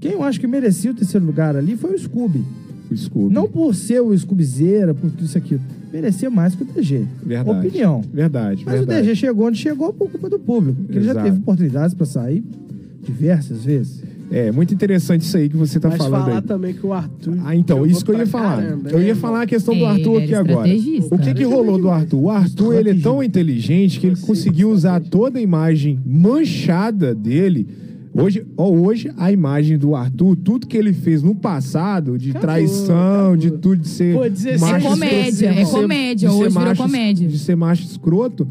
B: Quem eu acho que merecia o terceiro lugar ali foi o Scooby.
E: O Scooby.
B: Não por ser o Scoobyzeira, por tudo isso aqui. Merecia mais que o DG.
E: Verdade.
B: Opinião.
E: Verdade,
B: Mas
E: verdade.
B: o DG chegou onde chegou por culpa do público. Porque ele já
E: Exato.
B: teve oportunidades pra sair diversas vezes.
E: É, muito interessante isso aí que você tá
F: Mas
E: falando
F: falar
E: aí.
F: também que o Arthur.
E: Ah, então,
F: jogou
E: isso que eu
F: pra
E: ia falar.
F: caramba,
E: eu
F: né,
E: ia
F: irmão?
E: falar a questão do
G: Ele
E: Arthur
G: era
E: aqui agora.
G: estrategista. né?
E: O que, que rolou do Arthur? O Arthur, ele é tão inteligente que ele conseguiu usar toda a imagem manchada dele. Hoje, ó, hoje, a imagem do Arthur, tudo que ele fez no passado, de
F: Acabou,
E: traição,
F: acabou.
E: de tudo, de ser.
F: Pô, 16
E: macho
F: É
G: comédia,
E: escroto,
G: é
E: de ser-
G: comédia,
E: de ser
G: hoje virou
E: macho-
G: comédia.
E: De ser macho escroto,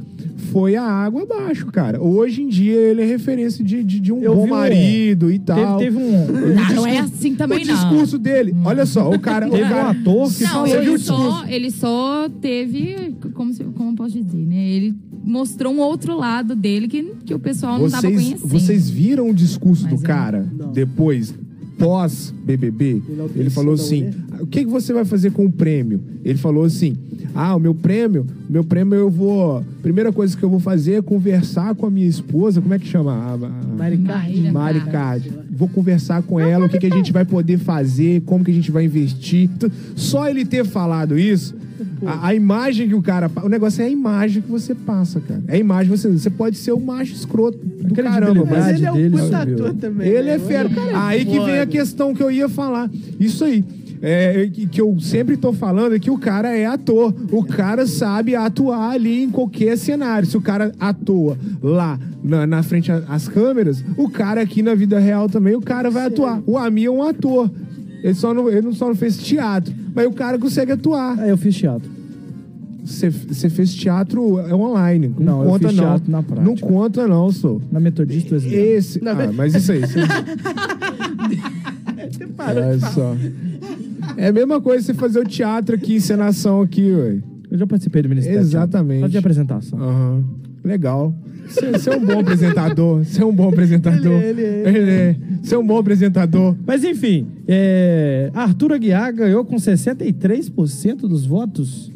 E: foi a água abaixo, cara. Hoje em dia, ele é referência de, de, de um
B: Eu
E: bom
B: vi um-
E: marido e tal.
B: Teve, teve um.
E: O
G: Não,
E: discur-
G: é assim também
E: O
G: não. Hum.
E: discurso dele. Olha só, o cara. o
B: Teve um
E: cara
B: ator que
E: Você
G: Não,
E: viu
G: ele
E: o discurso?
G: só, ele só teve, como, se- como eu posso dizer, né? Ele mostrou um outro lado dele que, que o pessoal não tava
E: Vocês,
G: conhecendo.
E: vocês viram o discurso
G: Mas
E: do
G: é-
E: cara
F: Não.
E: depois, pós BBB?
F: Ele
E: Ele falou assim:
F: alcançou
E: "Ah, o que, que você vai fazer com o prêmio? Ele falou assim: ah, o meu prêmio, o meu prêmio eu vou. Primeira coisa que eu vou fazer é conversar com a minha esposa, como é que chama? A, a,
G: Maíra
E: Mari
G: Cardi.
E: Cardi. Vou conversar com ela, o que, que a gente vai poder fazer, como que a gente vai investir. Tu- Só ele ter falado isso, a, a imagem que o cara. pa- O negócio é a imagem que você passa, cara. É a imagem que você. Você pode ser o macho escroto do caramba,
B: credibilidade
E: mas
F: Mas ele é um
B: dele
F: puta
B: subiu.
F: ator também.
E: ele
F: né?
E: é fera.
F: O cara
E: Aí que vem a
F: foda.
E: questão que eu ia falar. Isso aí. É, que, que eu sempre tô falando é que o cara é ator. O cara sabe atuar ali em qualquer cenário. Se o cara atua lá na, na frente a- às câmeras, o cara aqui na vida real também, o cara vai atuar. O Ami é um ator. Ele só não, ele só não fez teatro. Mas o cara consegue atuar.
B: Ah, eu fiz teatro.
E: Você fez teatro é online. Não,
B: Não, eu
E: conta
B: fiz
E: não.
B: teatro na prática.
E: Não conta não, sou.
B: Na Metodista Wesleyana.
E: Esse. ah, mas isso aí. Você... Olha só. É a mesma coisa você fazer o teatro aqui, encenação aqui, ué.
B: Eu já participei do Ministério.
E: Exatamente.
B: Só de apresentação.
E: Aham. Legal. Você você é um bom apresentador. Você é um bom apresentador.
F: Ele é,
E: Ele é. Você é um bom apresentador.
B: Mas enfim, é... Arthur Aguiar ganhou com 63% dos votos.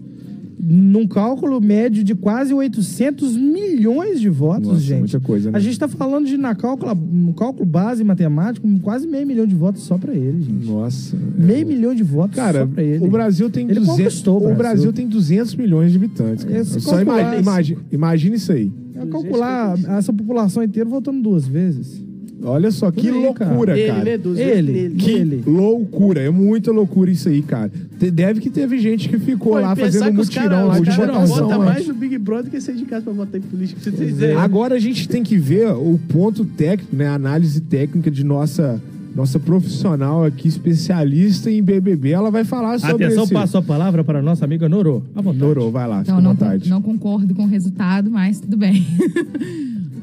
B: Num cálculo médio de quase 800 milhões de votos,
E: Nossa,
B: gente.
E: muita coisa, né?
B: A gente tá falando de, na cálculo, no cálculo base matemático, quase meio milhão de votos só pra ele, gente.
E: Nossa.
B: Meio milhão de votos
E: Cara,
B: só pra ele.
E: o Brasil tem
B: Ele
E: 200,
B: conquistou
E: o
B: o
E: Brasil.
B: Brasil
E: tem 200 milhões de habitantes. cara.
B: Esse
E: Só ima-
B: calcular-
E: imagi- imagina isso aí.
B: É calcular essa população inteira votando duas vezes.
E: Olha só que
B: aí, cara.
E: loucura, cara.
F: Ele, né? Dos
B: Ele.
F: dele.
E: Que
B: Ele.
E: loucura, é muita loucura isso aí, cara. Te- Deve que teve gente que ficou
F: Pô, e
E: lá
F: pensar
E: fazendo um
F: que os
E: mutirão
F: cara-
E: lá
F: os
E: de
F: cara
E: votação.
F: vota
E: né?
F: mais no Big Brother que sair de casa pra votar em político. Pra vocês verem.
B: é.
E: Agora a gente tem que ver o ponto técnico, né? A análise técnica de nossa, nossa profissional aqui, especialista em BBB. Ela vai falar sobre
H: Atenção,
E: esse...
H: passo a palavra para a nossa amiga Norô.
B: Tá
H: À vontade.
E: Norô, vai lá, fica
G: Então,
E: à
G: não,
E: vontade.
G: não concordo com o resultado, mas tudo bem.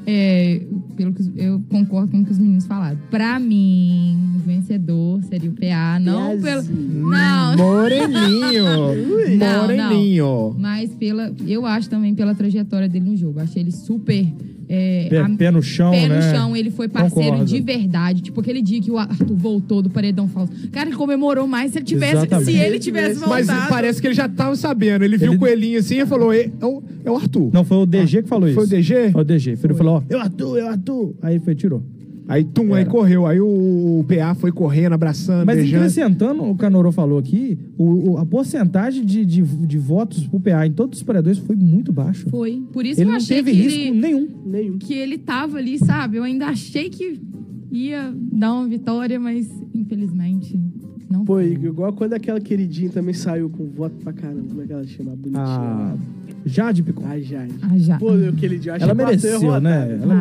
G: É, pelo que os- eu concordo com o que os meninos falaram. Pra mim, o vencedor seria o PA, não pelo.
E: Hum,
G: Não,
E: Moreninho!
G: Não, não.
E: Moreninho!
G: Mas pela, eu acho também pela trajetória dele no jogo. Achei ele super é,
H: Pé- pé no chão,
G: pé no
H: né?
G: chão, ele foi parceiro
H: Concordo.
G: de verdade. Tipo, aquele dia que o Arthur voltou do paredão falso. Cara, ele comemorou mais se ele tivesse,
H: Exatamente.
G: se ele tivesse voltado.
E: Mas parece que ele já tava sabendo. Ele viu
H: Ele-
E: o coelhinho assim e falou: "E- é o, é o Arthur.
H: Não, foi o DG que falou isso.
E: Foi o DG?
H: Foi o DG. Ele falou, ó,
B: Eu atuo, eu atuo. Aí ele foi, tirou.
E: Aí, tum, aí
H: Era.
E: correu. Aí o, o PA foi correndo,
F: Tá
E: abraçando,
B: Mas
E: beijando.
B: acrescentando, o Canoro falou aqui, o, o- a porcentagem de, de, de votos pro PA em todos os paredões foi muito baixa.
G: Foi. Por isso
B: Ele
G: que eu
B: não
G: achei
B: teve
G: que
B: risco
G: ele,
B: nenhum.
F: Nenhum.
G: que ele tava ali, sabe? Eu ainda achei que ia dar uma vitória, mas infelizmente não
F: Pô, Igor, igual quando aquela queridinha também saiu com voto pra caramba. Como é que ela chama? A Bonitinha.
B: Ah,
F: lá.
B: Jade Picon.
F: A Jade.
G: Ah, já.
F: Pô, aquele dia eu achei
B: Ela
F: que o Arthur ia
B: mereceu,
F: rodar,
B: né?
F: velho.
B: Ela
G: Ah.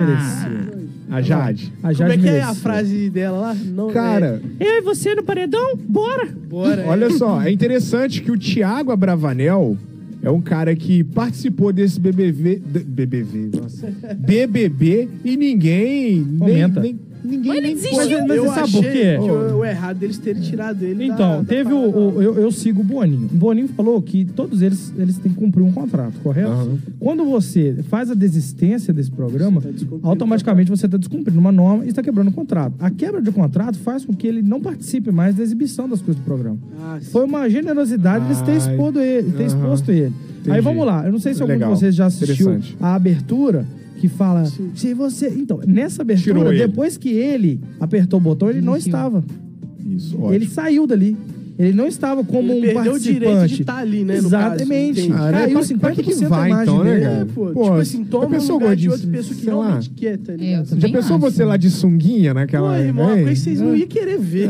B: mereceu.
E: A Jade.
B: A
F: Como
B: Jade
F: é que é
B: mereceu.
F: a frase dela lá? Não,
E: Cara,
B: Eu e você no paredão? Bora!
F: é, bora.
E: Olha só, é interessante que o Thiago Abravanel é um cara que participou desse BBV. d- BBV, nossa. BBB e ninguém. nem-
H: Comenta.
E: Nem, ninguém
G: Mas ele
E: nem
G: desistiu.
E: pôs-
H: Mas- mas
F: eu
H: você sabe por
F: achei
H: quê?
F: que o, o errado deles terem tirado ele. da-
H: Então,
F: da
H: teve o.
F: parada.
H: o- eu,
B: Eu, eu sigo o Boninho. O Boninho falou que todos eles, eles têm que cumprir um contrato, correto?
E: Aham.
B: Quando você faz a desistência desse programa,
F: Você tá descumprindo
B: automaticamente você está descumprindo uma norma e está quebrando o contrato. A quebra de contrato faz com que ele não participe mais da exibição das coisas do programa.
F: Ah, sim.
B: Foi uma generosidade eles terem
E: Ai,
B: exposto ele. Ter
E: aham.
B: exposto ele. Aí
E: Entendi.
B: vamos lá. Eu não sei se algum
E: Legal.
B: de vocês já assistiu
E: Interessante.
B: a abertura que fala. Se você. Então, nessa abertura,
E: Tirou ele.
B: depois que ele apertou o botão, ele não
G: Desistiu.
B: estava.
E: Isso, ótimo.
B: Ele saiu dali. Ele não estava como
F: Ele
B: um
F: perdeu o
B: participante.
F: direito de tá ali, né, no
B: Exatamente.
F: caso, entendi.
E: Ah, né?
B: Caiu
E: Pra-
B: 50%
E: pra que que vai,
B: da imagem
E: então, né,
B: dele.
E: cara?
F: É, pô,
E: Pô,
F: tipo assim, toma
E: a
F: no
E: pessoa
F: lugar de
E: gordinha,
F: outra pessoa que
E: sei lá.
F: realmente quer, tá ligado?
G: É, eu
E: Já
G: também
E: pensou
G: acho.
E: você lá de sunguinha
F: Pô,
E: naquela.
F: irmão, uma
E: Ei,
F: coisa que vocês não iam querer ver.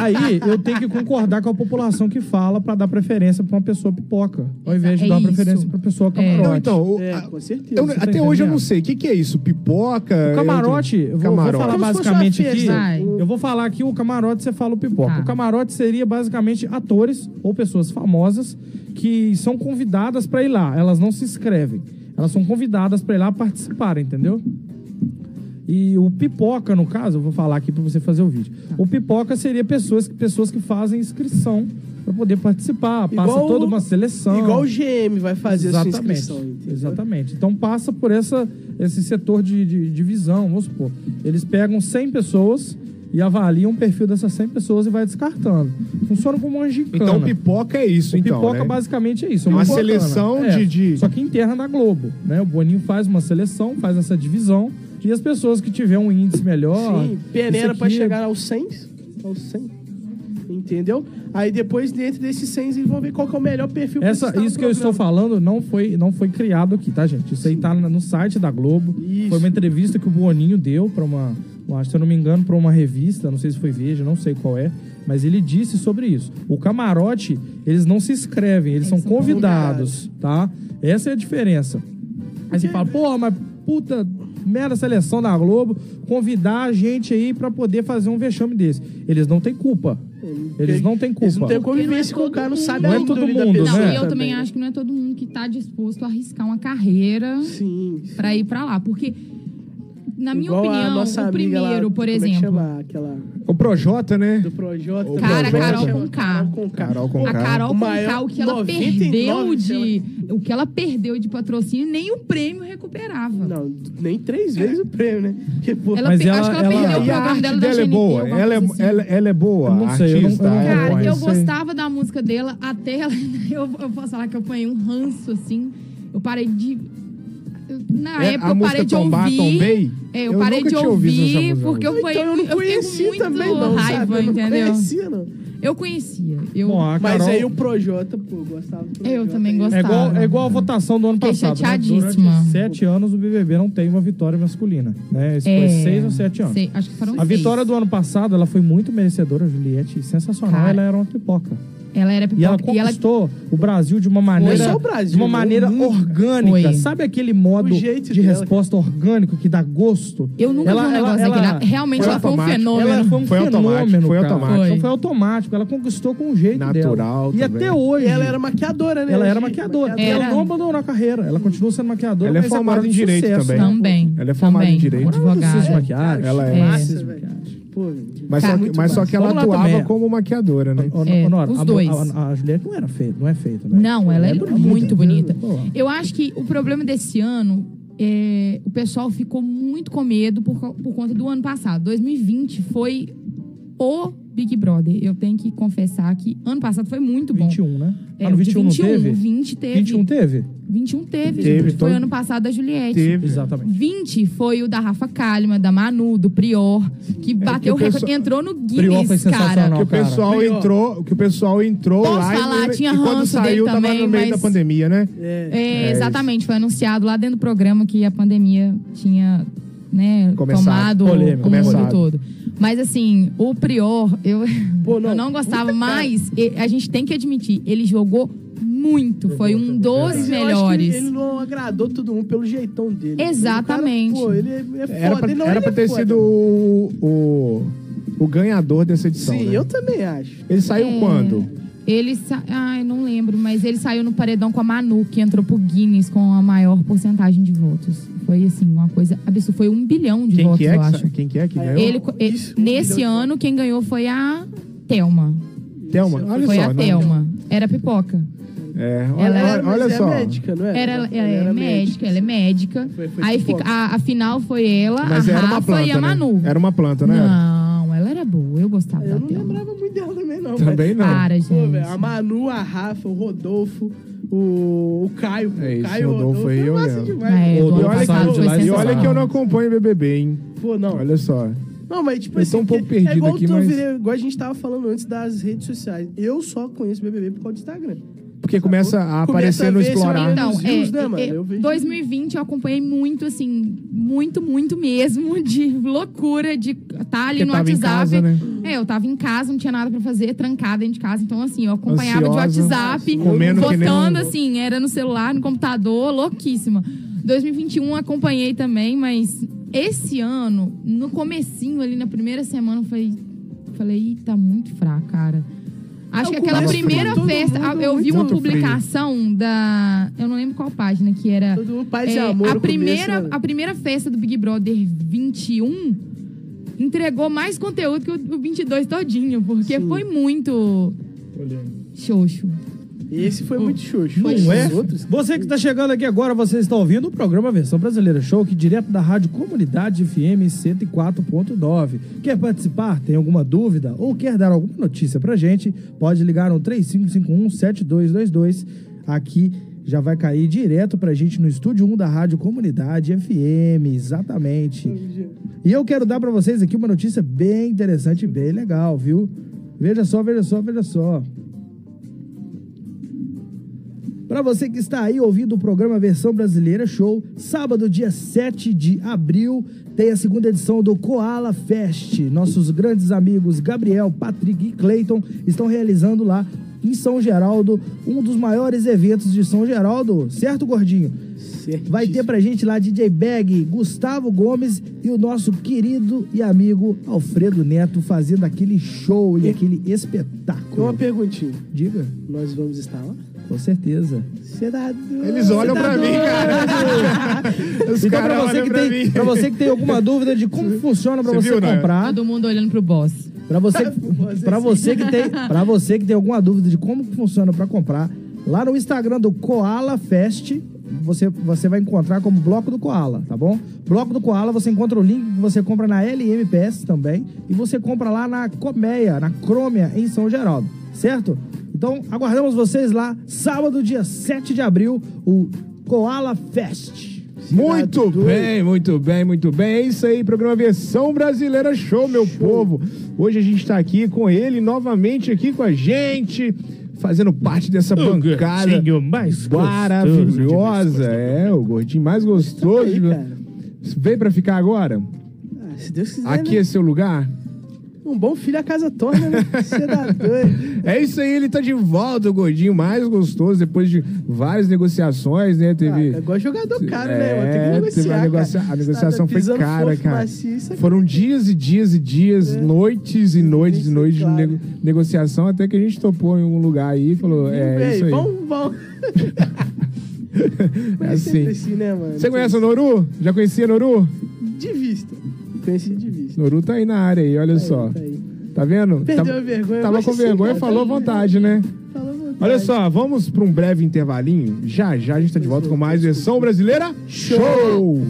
B: Aí eu tenho que concordar com a população que fala pra dar preferência pra uma pessoa pipoca, ao invés de
G: É
B: dar
G: isso.
B: preferência pra pessoa camarote.
E: Não, então, o-
F: É,
E: a-
F: com certeza.
E: eu-
F: Você tá
E: até hoje eu
B: entendendo?
E: não sei. O que, que é isso? Pipoca?
F: É,
B: O camarote, eu vou,
E: Camarote.
B: vou falar
F: Como se fosse
B: basicamente
F: uma né?
B: aqui.
F: festa.
G: Vai.
B: Eu vou falar aqui o camarote, você fala o pipoca.
G: Tá.
B: O camarote seria basicamente atores ou pessoas famosas que são convidadas pra ir lá. Elas não se inscrevem. Elas são convidadas pra ir lá participar, entendeu? E o pipoca, no caso, eu vou falar aqui pra você fazer o vídeo.
G: Tá.
B: O pipoca seria pessoas, pessoas que fazem inscrição pra poder participar, passa
F: Igual-
B: toda uma seleção.
F: Igual o GM vai fazer
B: Exatamente.
F: a sua inscrição. entendeu?
B: Exatamente. Então passa por essa, esse setor de, de, de visão, vamos supor. Eles pegam 100 pessoas e avaliam o perfil dessas 100 pessoas e vai descartando. Funciona como uma gincana.
E: Então, pipoca é isso,
B: O
E: então.
B: pipoca
E: né?
B: basicamente é isso.
E: Uma
B: gincana.
E: seleção
B: É,
E: de- de-
B: Só que interna da Globo, né? O Boninho faz uma seleção, faz essa divisão e as pessoas que tiver um índice melhor...
F: Sim, peneira
B: isso
F: pra
B: aqui- é
F: chegar aos 100. Aos 100. Entendeu? Aí depois, dentro desses 100, eles vão ver qual que é o melhor perfil pra
B: Essa,
F: estar no
B: isso que eu estou
F: programa.
B: falando não foi, não foi criado aqui, tá, gente? Isso aí tá na- no site da Globo.
F: Isso.
B: Foi uma entrevista que o Boninho deu para uma, eu acho, se eu não me engano, para uma revista, não sei se foi Veja, não sei qual é, mas ele disse sobre isso. O camarote, eles não se inscrevem, eles, são,
G: são
B: convidados, tá? Essa é a diferença. Aí você fala, porra, mas puta merda seleção da Tá, Globo convidar a gente aí para poder fazer um vexame desse. Eles não têm culpa. Eles não têm culpa.
F: Eles não têm
G: Porque não é
F: convivência com o
G: todo
F: cara, não
G: mundo.
F: sabe
B: Não
F: a
B: é todo
F: índole da
B: mundo,
F: pessoa
B: né?
G: Não, e eu também acho que não é todo mundo que tá disposto a arriscar uma carreira
F: Sim. sim.
G: pra ir pra lá. Porque, na minha
F: Igual a
G: opinião,
F: nossa
G: o
F: amiga lá,
G: primeiro, por
F: como é que
G: exemplo.
F: chama aquela
E: O Projota, né?
F: do Projota?
E: O
G: Cara,
E: Projota.
G: Carol com K.
F: com K.
E: Carol com
G: A
E: K.
G: Carol
F: O maior-
G: Conká, o que ela
F: 99
G: perdeu
F: que
G: de. O que ela perdeu de patrocínio, nem o prêmio recuperava.
F: Não, nem três vezes o prêmio, né? Porque, pô,
G: Ela
B: Mas
G: pe-
B: ela-
G: acho que ela,
B: ela-
E: E a,
G: perdeu o
E: e a
G: programa
E: arte
G: dela
E: dela,
G: da
E: é
G: GNT,
E: boa.
G: alguma
E: Ela é,
G: coisa assim.
E: ela, ela é boa.
B: Eu não sei, eu não-
E: artista,
B: eu não-
E: ela é
G: Cara,
E: boa.
G: eu
B: sei.
G: gostava da música dela, até ela. Eu, eu posso falar que eu apanhei um ranço, assim. Eu parei de. eu- na
E: É,
G: época
E: a
G: eu
E: música
G: parei de
E: Tombar,
G: ouvir.
E: Tombei?
G: É, eu,
E: Eu
G: parei
E: nunca
G: de
E: tinha ouvido essa
G: ouvir,
E: música.
G: porque eu fui.
F: então eu não conheci
G: fiquei com muito
F: também, não,
G: raiva,
F: sabe? Eu não
G: entendeu?
F: conhecia, não.
G: Eu conhecia. Eu,
B: Bom, a
F: Mas
B: Carol-
F: aí o Projota, pô, eu gostava do Projota.
G: eu também
F: aí.
B: É
G: gostava.
B: igual, é igual a votação do ano
G: Fiquei
B: passado. né?
G: chateadíssima.
B: Durante sete anos o BBB não tem uma vitória masculina. Né? Isso foi
G: É,
B: seis ou sete anos.
G: sei, acho que foram
B: A
G: seis.
B: vitória do ano passado, ela foi muito merecedora, Juliette. Sensacional,
G: Cara.
B: ela era uma pipoca.
G: Ela era
B: E ela
G: pipoca. E ela,
B: conquistou o Brasil de uma maneira,
F: só o Brasil,
B: de uma
F: o
B: maneira
F: mundo.
B: orgânica.
G: Foi.
B: Sabe aquele modo
F: O
B: de
F: jeito dela.
B: resposta orgânico que dá gosto?
G: eu nunca vi um negócio daquele. Ela- Realmente
E: foi
G: ela foi um
E: automático.
G: fenômeno.
B: Ela foi um
E: Foi automático,
B: fenômeno,
E: foi
B: cara.
E: automático.
B: Então
G: Foi.
B: foi automático. Ela conquistou com o jeito
E: Natural
B: dela. E
E: também.
B: até hoje.
F: Ela era maquiadora, né?
B: Ela era
F: gente?
B: maquiadora.
G: Era.
B: Ela não abandonou a carreira. Ela continuou sendo maquiadora.
E: Ela é
B: mas agora
E: formada em
B: com
E: direito
B: sucesso,
E: também.
B: né?
G: Também.
E: Ela é formada
G: também.
E: em direito.
G: Advogada.
B: Ela é maquiagem.
E: Ela é.
F: Massa, velho. Pô,
E: Mas, só,
F: cara,
E: que,
F: muito
E: mas só
F: massa.
E: que ela
B: Vamos lá
E: atuava
B: também.
E: como maquiadora, né?
B: Honor-
G: É,
B: Honor,
G: os
B: a,
G: dois.
B: A, a Juliette não era feia, não é feia também.
G: Não, ela é, muito bonita.
B: Pô,
G: Eu acho que o problema desse ano é, o pessoal ficou muito com medo por, co- por conta do ano passado. 2020 foi o Big Brother. Eu tenho que confessar que ano passado foi muito bom.
J: 21, né?
G: É,
J: ah, no
G: o de
J: 21, não teve?
G: 20 teve.
J: 21 teve?
G: 21
E: Teve,
G: teve, gente. Foi
E: todo-
G: ano passado da Juliette.
J: Exatamente.
G: 20 foi o da Rafa Kalimann, da Manu, do Prior, que bateu
E: o
G: o recorde,
E: pessoal-
G: entrou no
J: Prior foi
G: Guinness, cara.
J: sensacional.
E: que o
J: cara.
E: pessoal
F: Melhor.
E: entrou, que o pessoal entrou
G: Posso
E: lá
G: falar?
E: e,
G: Tinha
E: e quando
G: ranço
E: saiu
G: dele
E: tava no
G: também,
E: meio da
G: mas-
E: pandemia, né?
F: É.
G: É, exatamente, foi anunciado lá dentro do programa que a pandemia tinha né,
E: Começado.
G: tomado
J: Polêmica,
G: o
E: começado.
G: mundo todo. Mas assim, o Prior, eu,
F: Pô, não,
G: eu não gostava, mas e- a gente tem que admitir, ele jogou muito, foi um dos
F: Mas eu acho que
G: melhores.
F: ele, ele não agradou todo mundo pelo jeitão dele.
G: Exatamente.
F: O cara, pô, ele é foda.
E: Era pra,
F: ele não,
E: era
F: ele
E: pra
F: é
E: ter
F: foda.
E: sido o, o, o ganhador dessa edição.
F: Sim,
E: né?
F: eu também acho.
E: Ele saiu
G: É,
E: quando?
G: Ele sa... Ai, não lembro, mas ele saiu no paredão com a Manu, que entrou pro Guinness com a maior porcentagem de votos. Foi assim, uma coisa absurda. Foi um bilhão de
E: Quem
G: votos,
E: que, é
G: eu
E: que,
G: acho.
E: sa- quem que é que ganhou?
G: Ele, ele-
F: Isso, um
G: nesse
F: bilhão de
G: ano, quem ganhou foi a Thelma.
E: Thelma, olha
G: foi
E: só.
G: a
E: né?
G: Thelma. Era pipoca.
E: É, olha,
G: Ela
E: olha-
F: Mas
E: olha
F: é
E: só.
F: médica, não é?
G: Era, ela é médica, ela é médica.
F: Foi- foi
G: Aí
F: pipoca.
G: fica, a, a final Ah, foi ela,
E: Mas
G: a
E: era
G: Rafa
E: uma planta,
G: e a Manu.
E: Né? Era uma planta, né?
G: Não, ela era boa. Eu gostava
F: Eu
G: da
F: não
G: Thelma.
F: lembrava muito dela também, não.
E: Também não.
G: Para, gente.
F: Pô, velho, a Manu, a Rafa, o Rodolfo, o, o Caio. pô,
E: É isso,
F: Caio,
E: Rodolfo aí eu
F: massa
E: lembro.
F: demais.
G: É,
E: E
G: do ano
E: olha,
G: passado foi
E: que, e olha
G: sensacional.
E: que eu não acompanho BBB, hein?
F: Pô, não.
E: Olha só.
F: Não, mas tipo
E: Eu
F: assim,
E: tô um pouco
F: porque
E: perdido
F: é igual,
E: aqui,
F: tu
E: mas-
F: vê- igual a gente tava falando antes das redes sociais. Eu só conheço BBB por causa do Instagram.
E: Porque começa a
F: Começa
E: aparecer
F: a
E: no
F: ver esse
E: Explorar.
F: menino.
G: Então,
F: nos
G: é,
F: views, né,
G: é,
F: mano? Eu vejo-
G: 2020 eu acompanhei muito, assim, muito, muito mesmo, de loucura, de estar tá ali
E: Porque
G: no
E: tava em
G: WhatsApp.
E: casa, né?
G: É, eu tava em casa, não tinha nada pra fazer, trancada dentro de casa. Então, assim, eu acompanhava de
E: Ansiosa, assim,
G: WhatsApp,
E: comendo que nem
G: votando,
E: um-
G: assim, era no celular, no computador, louquíssima. 2021 acompanhei também, mas esse ano, no comecinho ali, na primeira semana, eu falei, falei, "Ih, tá muito fraco, cara. Acho
F: É,
G: que
F: o
G: aquela
F: começo de
G: primeira
F: todo
G: festa,
F: mundo
G: eu vi uma
E: muito frio.
G: publicação da. Eu não lembro qual página que era.
F: Todo mundo paz e
G: É,
F: amor.
G: a,
F: no
G: primeira,
F: começo, né?
G: a primeira festa do Big Brother 21 entregou mais conteúdo que o o 22 todinho, porque
F: Sim.
G: foi muito. Xoxo.
F: Esse foi muito xoxo.
G: Não
F: Mas
B: Não é?
F: os outros-
B: Você que está chegando aqui agora, você está ouvindo o programa Versão Brasileira Show, que direto da Rádio Comunidade FM 104.9. Quer participar? Tem alguma dúvida? Ou quer dar alguma notícia pra gente? Pode ligar no 3551-7222. Aqui já vai cair direto pra gente no estúdio 1 da Rádio Comunidade FM. Exatamente. E eu quero dar pra vocês aqui uma notícia bem interessante, e bem legal, viu? Veja só, veja só, veja só. Para você que está aí ouvindo o programa Versão Brasileira Show, sábado, dia 7 de abril, tem a segunda edição do Koala Fest. Nossos grandes amigos Gabriel, Patrick e Clayton estão realizando lá em São Geraldo, um dos maiores eventos de São Geraldo, certo, gordinho?
F: Certíssimo.
B: Vai ter pra gente lá DJ Bag, Gustavo Gomes e o nosso querido e amigo Alfredo Neto fazendo aquele show e aquele
F: Uma
B: espetáculo.
F: perguntinha.
B: Diga,
F: Nós vamos estar lá?
B: com certeza.
F: Será tá doido?
E: Eles olham pra mim, cara. Os
B: Então,
E: caras
B: pra você,
E: olham
B: que
E: pra
B: tem,
E: mim.
B: pra você que tem alguma dúvida de como funciona pra
E: Você
B: você
E: viu, né?
F: Ah?
B: comprar,
G: Todo mundo olhando pro boss.
B: pra você, pra você que tem, para você que tem alguma dúvida de como que funciona pra comprar, lá no Instagram do Koala Fest, você, você vai encontrar como Bloco do Koala, tá bom? Bloco do Koala, você encontra o link que você compra na LMPS também e você compra lá na Comeia, na Crômia em São Geraldo, certo? Então, aguardamos vocês lá sábado, dia 7 de abril, o Koala Fest.
E: Muito bem, muito bem, muito bem. É isso aí, programa Versão Brasileira Show, meu povo. Hoje a gente tá aqui com ele, novamente aqui com a gente, fazendo parte dessa bancada
B: gordinho mais gostoso de
E: maravilhosa. É, o gordinho mais gostoso.
F: aí,
E: de-
F: cara.
E: Vem pra ficar agora?
F: Ah, se Deus quiser.
E: Aqui
F: né?
E: é seu lugar?
F: Um bom filho a casa torna, né? Você dá doido.
E: É isso aí, ele tá de volta, o gordinho mais gostoso, depois de várias negociações, né?
F: Ah,
E: Teve.
F: é igual jogador caro, né?
E: É,
F: mano? Tem que
E: teve
F: negociar.
E: uma
F: cara.
E: negocia- A
F: Você
E: negociação
F: tá
E: foi
F: pisando
E: cara,
F: fofo,
E: cara.
F: maciço,
E: Foram dias e dias e dias, noites e noites e
F: Isso,
E: noites
F: É. claro.
E: de nego- negociação, até que a gente topou em um lugar aí e falou, é
F: Ei,
E: isso aí.
F: Bom, bom.
E: É
F: Mas é sempre
E: assim.
F: assim, né, mano?
E: Você conhece o Noru? Já conhecia Noru?
F: De vista. Conheci de vista.
E: Noru tá aí na área aí, olha só.
F: Tá aí.
E: Tá vendo?
F: Perdeu
E: Tava-
F: a vergonha.
E: Tava
F: mas
E: com
F: assim,
E: vergonha,
F: cara,
E: falou à
F: tá-
E: vontade, né?
F: Falou à vontade.
E: Olha só, vamos para um breve intervalinho. Já, já a gente tá de volta com mais versão brasileira. Show!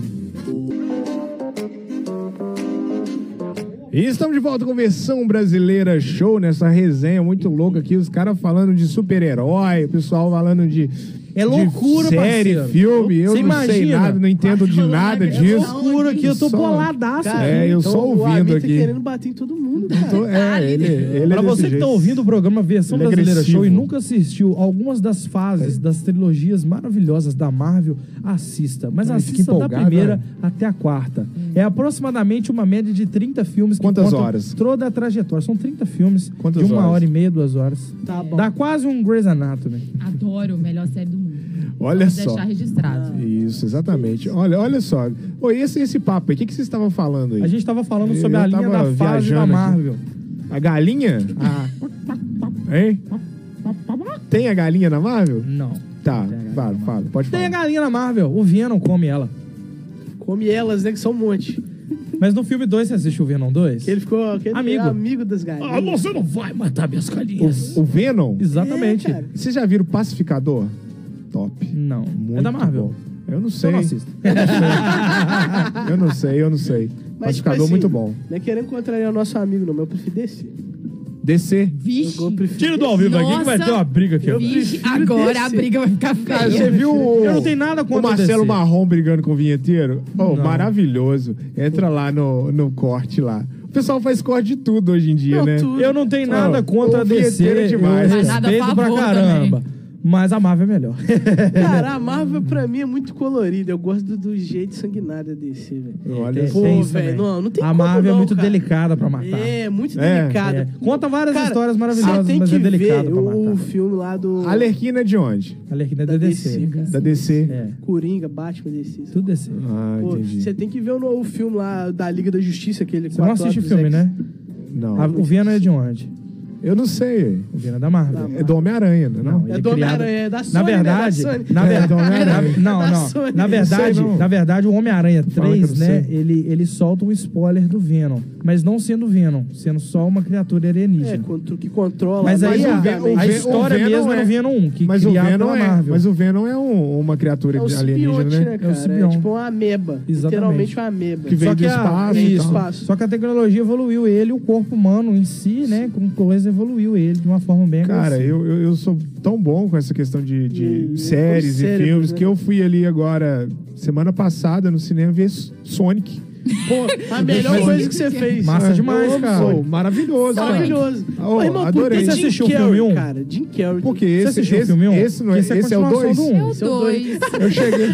E: E estamos de volta com versão brasileira show nessa resenha muito louca aqui. Os caras falando de super-herói, o pessoal falando de.
B: É
E: de
B: loucura,
E: série,
B: parceiro.
E: filme, eu
B: Você
E: não sei
B: imagina? Tá
E: nada, não entendo de nada É disso.
B: é loucura aqui, eu tô
E: Só-
B: boladaço.
E: Cara, É, eu
F: então
E: só
F: O Amit
E: ouvindo
F: tá
E: aqui.
F: querendo bater em todo mundo, cara.
E: Tô- é, ele, ele é
B: Pra
E: desse
B: você que
E: jeito.
B: tá ouvindo o programa Versão
E: Ele é
B: Brasileira
E: agressivo.
B: Show
E: É.
B: e nunca assistiu algumas das fases das trilogias maravilhosas da Marvel, assista. Mas
E: Cara, fica
B: assista da
E: empolgado,
B: primeira
E: né?
B: até a quarta. É aproximadamente uma média de 30 filmes que
E: Quantas
B: contam
E: horas?
B: toda a trajetória. São 30 filmes
E: Quantas
B: de uma
E: horas?
B: hora e meia, duas horas.
F: Tá bom.
B: Dá quase um Grey's Anatomy.
G: Adoro, melhor série do mundo.
E: Olha
G: Vou
E: só.
G: deixar registrado.
F: Ah.
E: Isso, exatamente. Olha, olha só. Oi, esse, esse papo aí, o que, que vocês estavam falando aí?
B: A gente tava falando sobre
E: Eu
B: a linha
E: tava
B: da fase
E: viajando
B: da
E: aqui.
B: Marvel. Ah,
E: A galinha? Hein? Tem a galinha na Marvel?
B: Não.
E: Tá, fala, fala, pode
B: Tem a
E: falar.
B: galinha na Marvel. O Venom come ela.
F: Come elas, né? Que são um monte.
B: Mas no filme 2 você assistiu o Venom 2?
F: Que ele ficou aquele é
B: Amigo.
F: amigo das galinhas.
H: você não vai matar minhas galinhas.
E: O Venom?
B: Exatamente.
F: É, cara.
E: Vocês já viram o Pacificador? Top.
B: não.
E: Muito
B: é da Marvel.
E: bom. Eu não
B: Então
E: sei.
B: não assista.
E: Eu não sei, eu não sei.
F: Mas, tipo
E: Pacificador
F: assim,
E: muito bom.
F: Não é querendo contrariar o nosso amigo, não, mas eu prefiro desse.
E: DC.
G: Vixe,
F: Eu prefiro
H: Tira do ao vivo aqui que vai
G: Nossa.
H: ter uma briga aqui. ó.
G: vixe,
F: prefiro
G: agora a
F: desse.
G: briga vai ficar
F: Tá,
E: Cara, Ah, você
G: feia.
E: viu o,
B: Eu não tenho nada contra
E: o Marcelo
B: o DC.
E: Marrom brigando com o vinheteiro?
B: Não.
E: Oh, maravilhoso. Entra lá no, no corte lá. O pessoal faz corte de tudo hoje em dia,
F: Não,
E: né?
F: tudo.
B: Eu não tenho nada
E: Ô,
B: contra a
E: o vinheteiro é
B: DC.
E: demais,
B: eu
G: Mas nada a
B: respeito pra
G: favor
B: caramba. Mas a Marvel é melhor.
F: Cara, a Marvel pra mim é muito colorida. Eu gosto do, do jeito sanguinário desse, velho.
E: Olha
B: Tem-
E: só.
B: tem
F: Pô,
B: isso
F: velho,
B: também.
F: não, não tem
B: A
F: como
B: Marvel é
F: não,
B: muito
F: cara.
B: delicada pra matar.
F: É, muito
E: É.
F: delicada.
B: Ah, tá. É. Conta várias
F: Cara,
B: histórias
F: Você
B: maravilhosas,
F: tem
B: mas
F: que
B: é delicado
F: ver
B: pra matar.
F: o filme lá do
E: A Lerquina é de onde?
B: Alerquina é
F: da
B: da
F: DC,
B: DC.
F: cara.
E: Da DC.
B: É,
F: Coringa, Batman desse.
B: tudo DC.
E: Ah,
F: Pô,
E: entendi.
F: você tem que ver o novo filme lá da Liga da Justiça, aquele
B: Você não
F: quatro
B: assiste
F: horas do
B: filme,
F: Zack-
B: né?
E: Não.
B: A- o Venom é de onde?
E: Eu não sei.
B: O Venom é da Marvel.
E: É do Homem-Aranha, não? é não?
B: Não,
F: É
B: Ele
F: do
B: é criado-
F: Homem-Aranha, é da Sony,
B: Na
F: né?
B: verdade,
F: Da Sony.
B: na
E: É, do
B: verdade,
E: Homem-Aranha.
B: não,
F: Da
B: não.
F: Sony.
B: Na verdade,
E: Sei não.
B: na verdade, o Homem-Aranha
E: Fala que eu
B: 3,
E: não
B: né,
E: sei.
B: ele, ele solta um spoiler do Venom, mas não sendo Venom, sendo só uma criatura alienígena.
F: É, contra, que controla.
B: Mas aí
E: o
B: a,
E: Ven-
F: né?
E: o
B: a
E: Ven-
B: história
E: o Venom
B: mesmo é
E: é-
B: do Venom 1, que
E: Mas o
B: criado
E: Venom
B: pela
E: é,
B: Marvel.
E: mas o Venom é um- uma criatura
F: é um
E: alienígena,
F: simbionte,
E: né?
F: né, cara? É,
B: simbionte.
F: tipo uma ameba.
B: Exatamente.
F: Literalmente uma ameba. é
E: Que vem
B: Só
E: do
B: que a-
E: espaço.
F: vem
E: e
F: do
E: tal.
F: espaço.
B: Só que a tecnologia evoluiu ele, o corpo humano em si, né, com coisa evoluiu ele de uma forma bem
E: Cara,
B: agressiva.
E: eu, eu, eu sou tão bom com essa questão de, de
F: De-
E: séries
F: de
E: e
F: cérebro,
E: filmes
F: né?
E: que eu fui ali agora, semana passada, no cinema ver S- Sonic.
F: Pô, a Tá melhor
E: Mas-
F: coisa que você fez.
B: Massa
E: Ah,
B: demais,
E: eu-
B: cara.
E: pô, maravilhoso. cara.
F: Maravilhoso.
E: Ah,
F: Pô,
E: ô,
F: irmão, por
E: adorei.
F: que
E: Você
F: Jim
B: assistiu o
F: Carrey,
B: filme um?
F: cara. Jim Carrey.
E: Porque
B: Você
E: esse,
B: assistiu o
E: esse,
B: filme um?
E: esse não é,
B: Que
E: esse,
B: esse é
E: é o
B: continuação
E: 2.
B: do um.
G: É o
F: São dois.
G: dois.
E: Eu cheguei.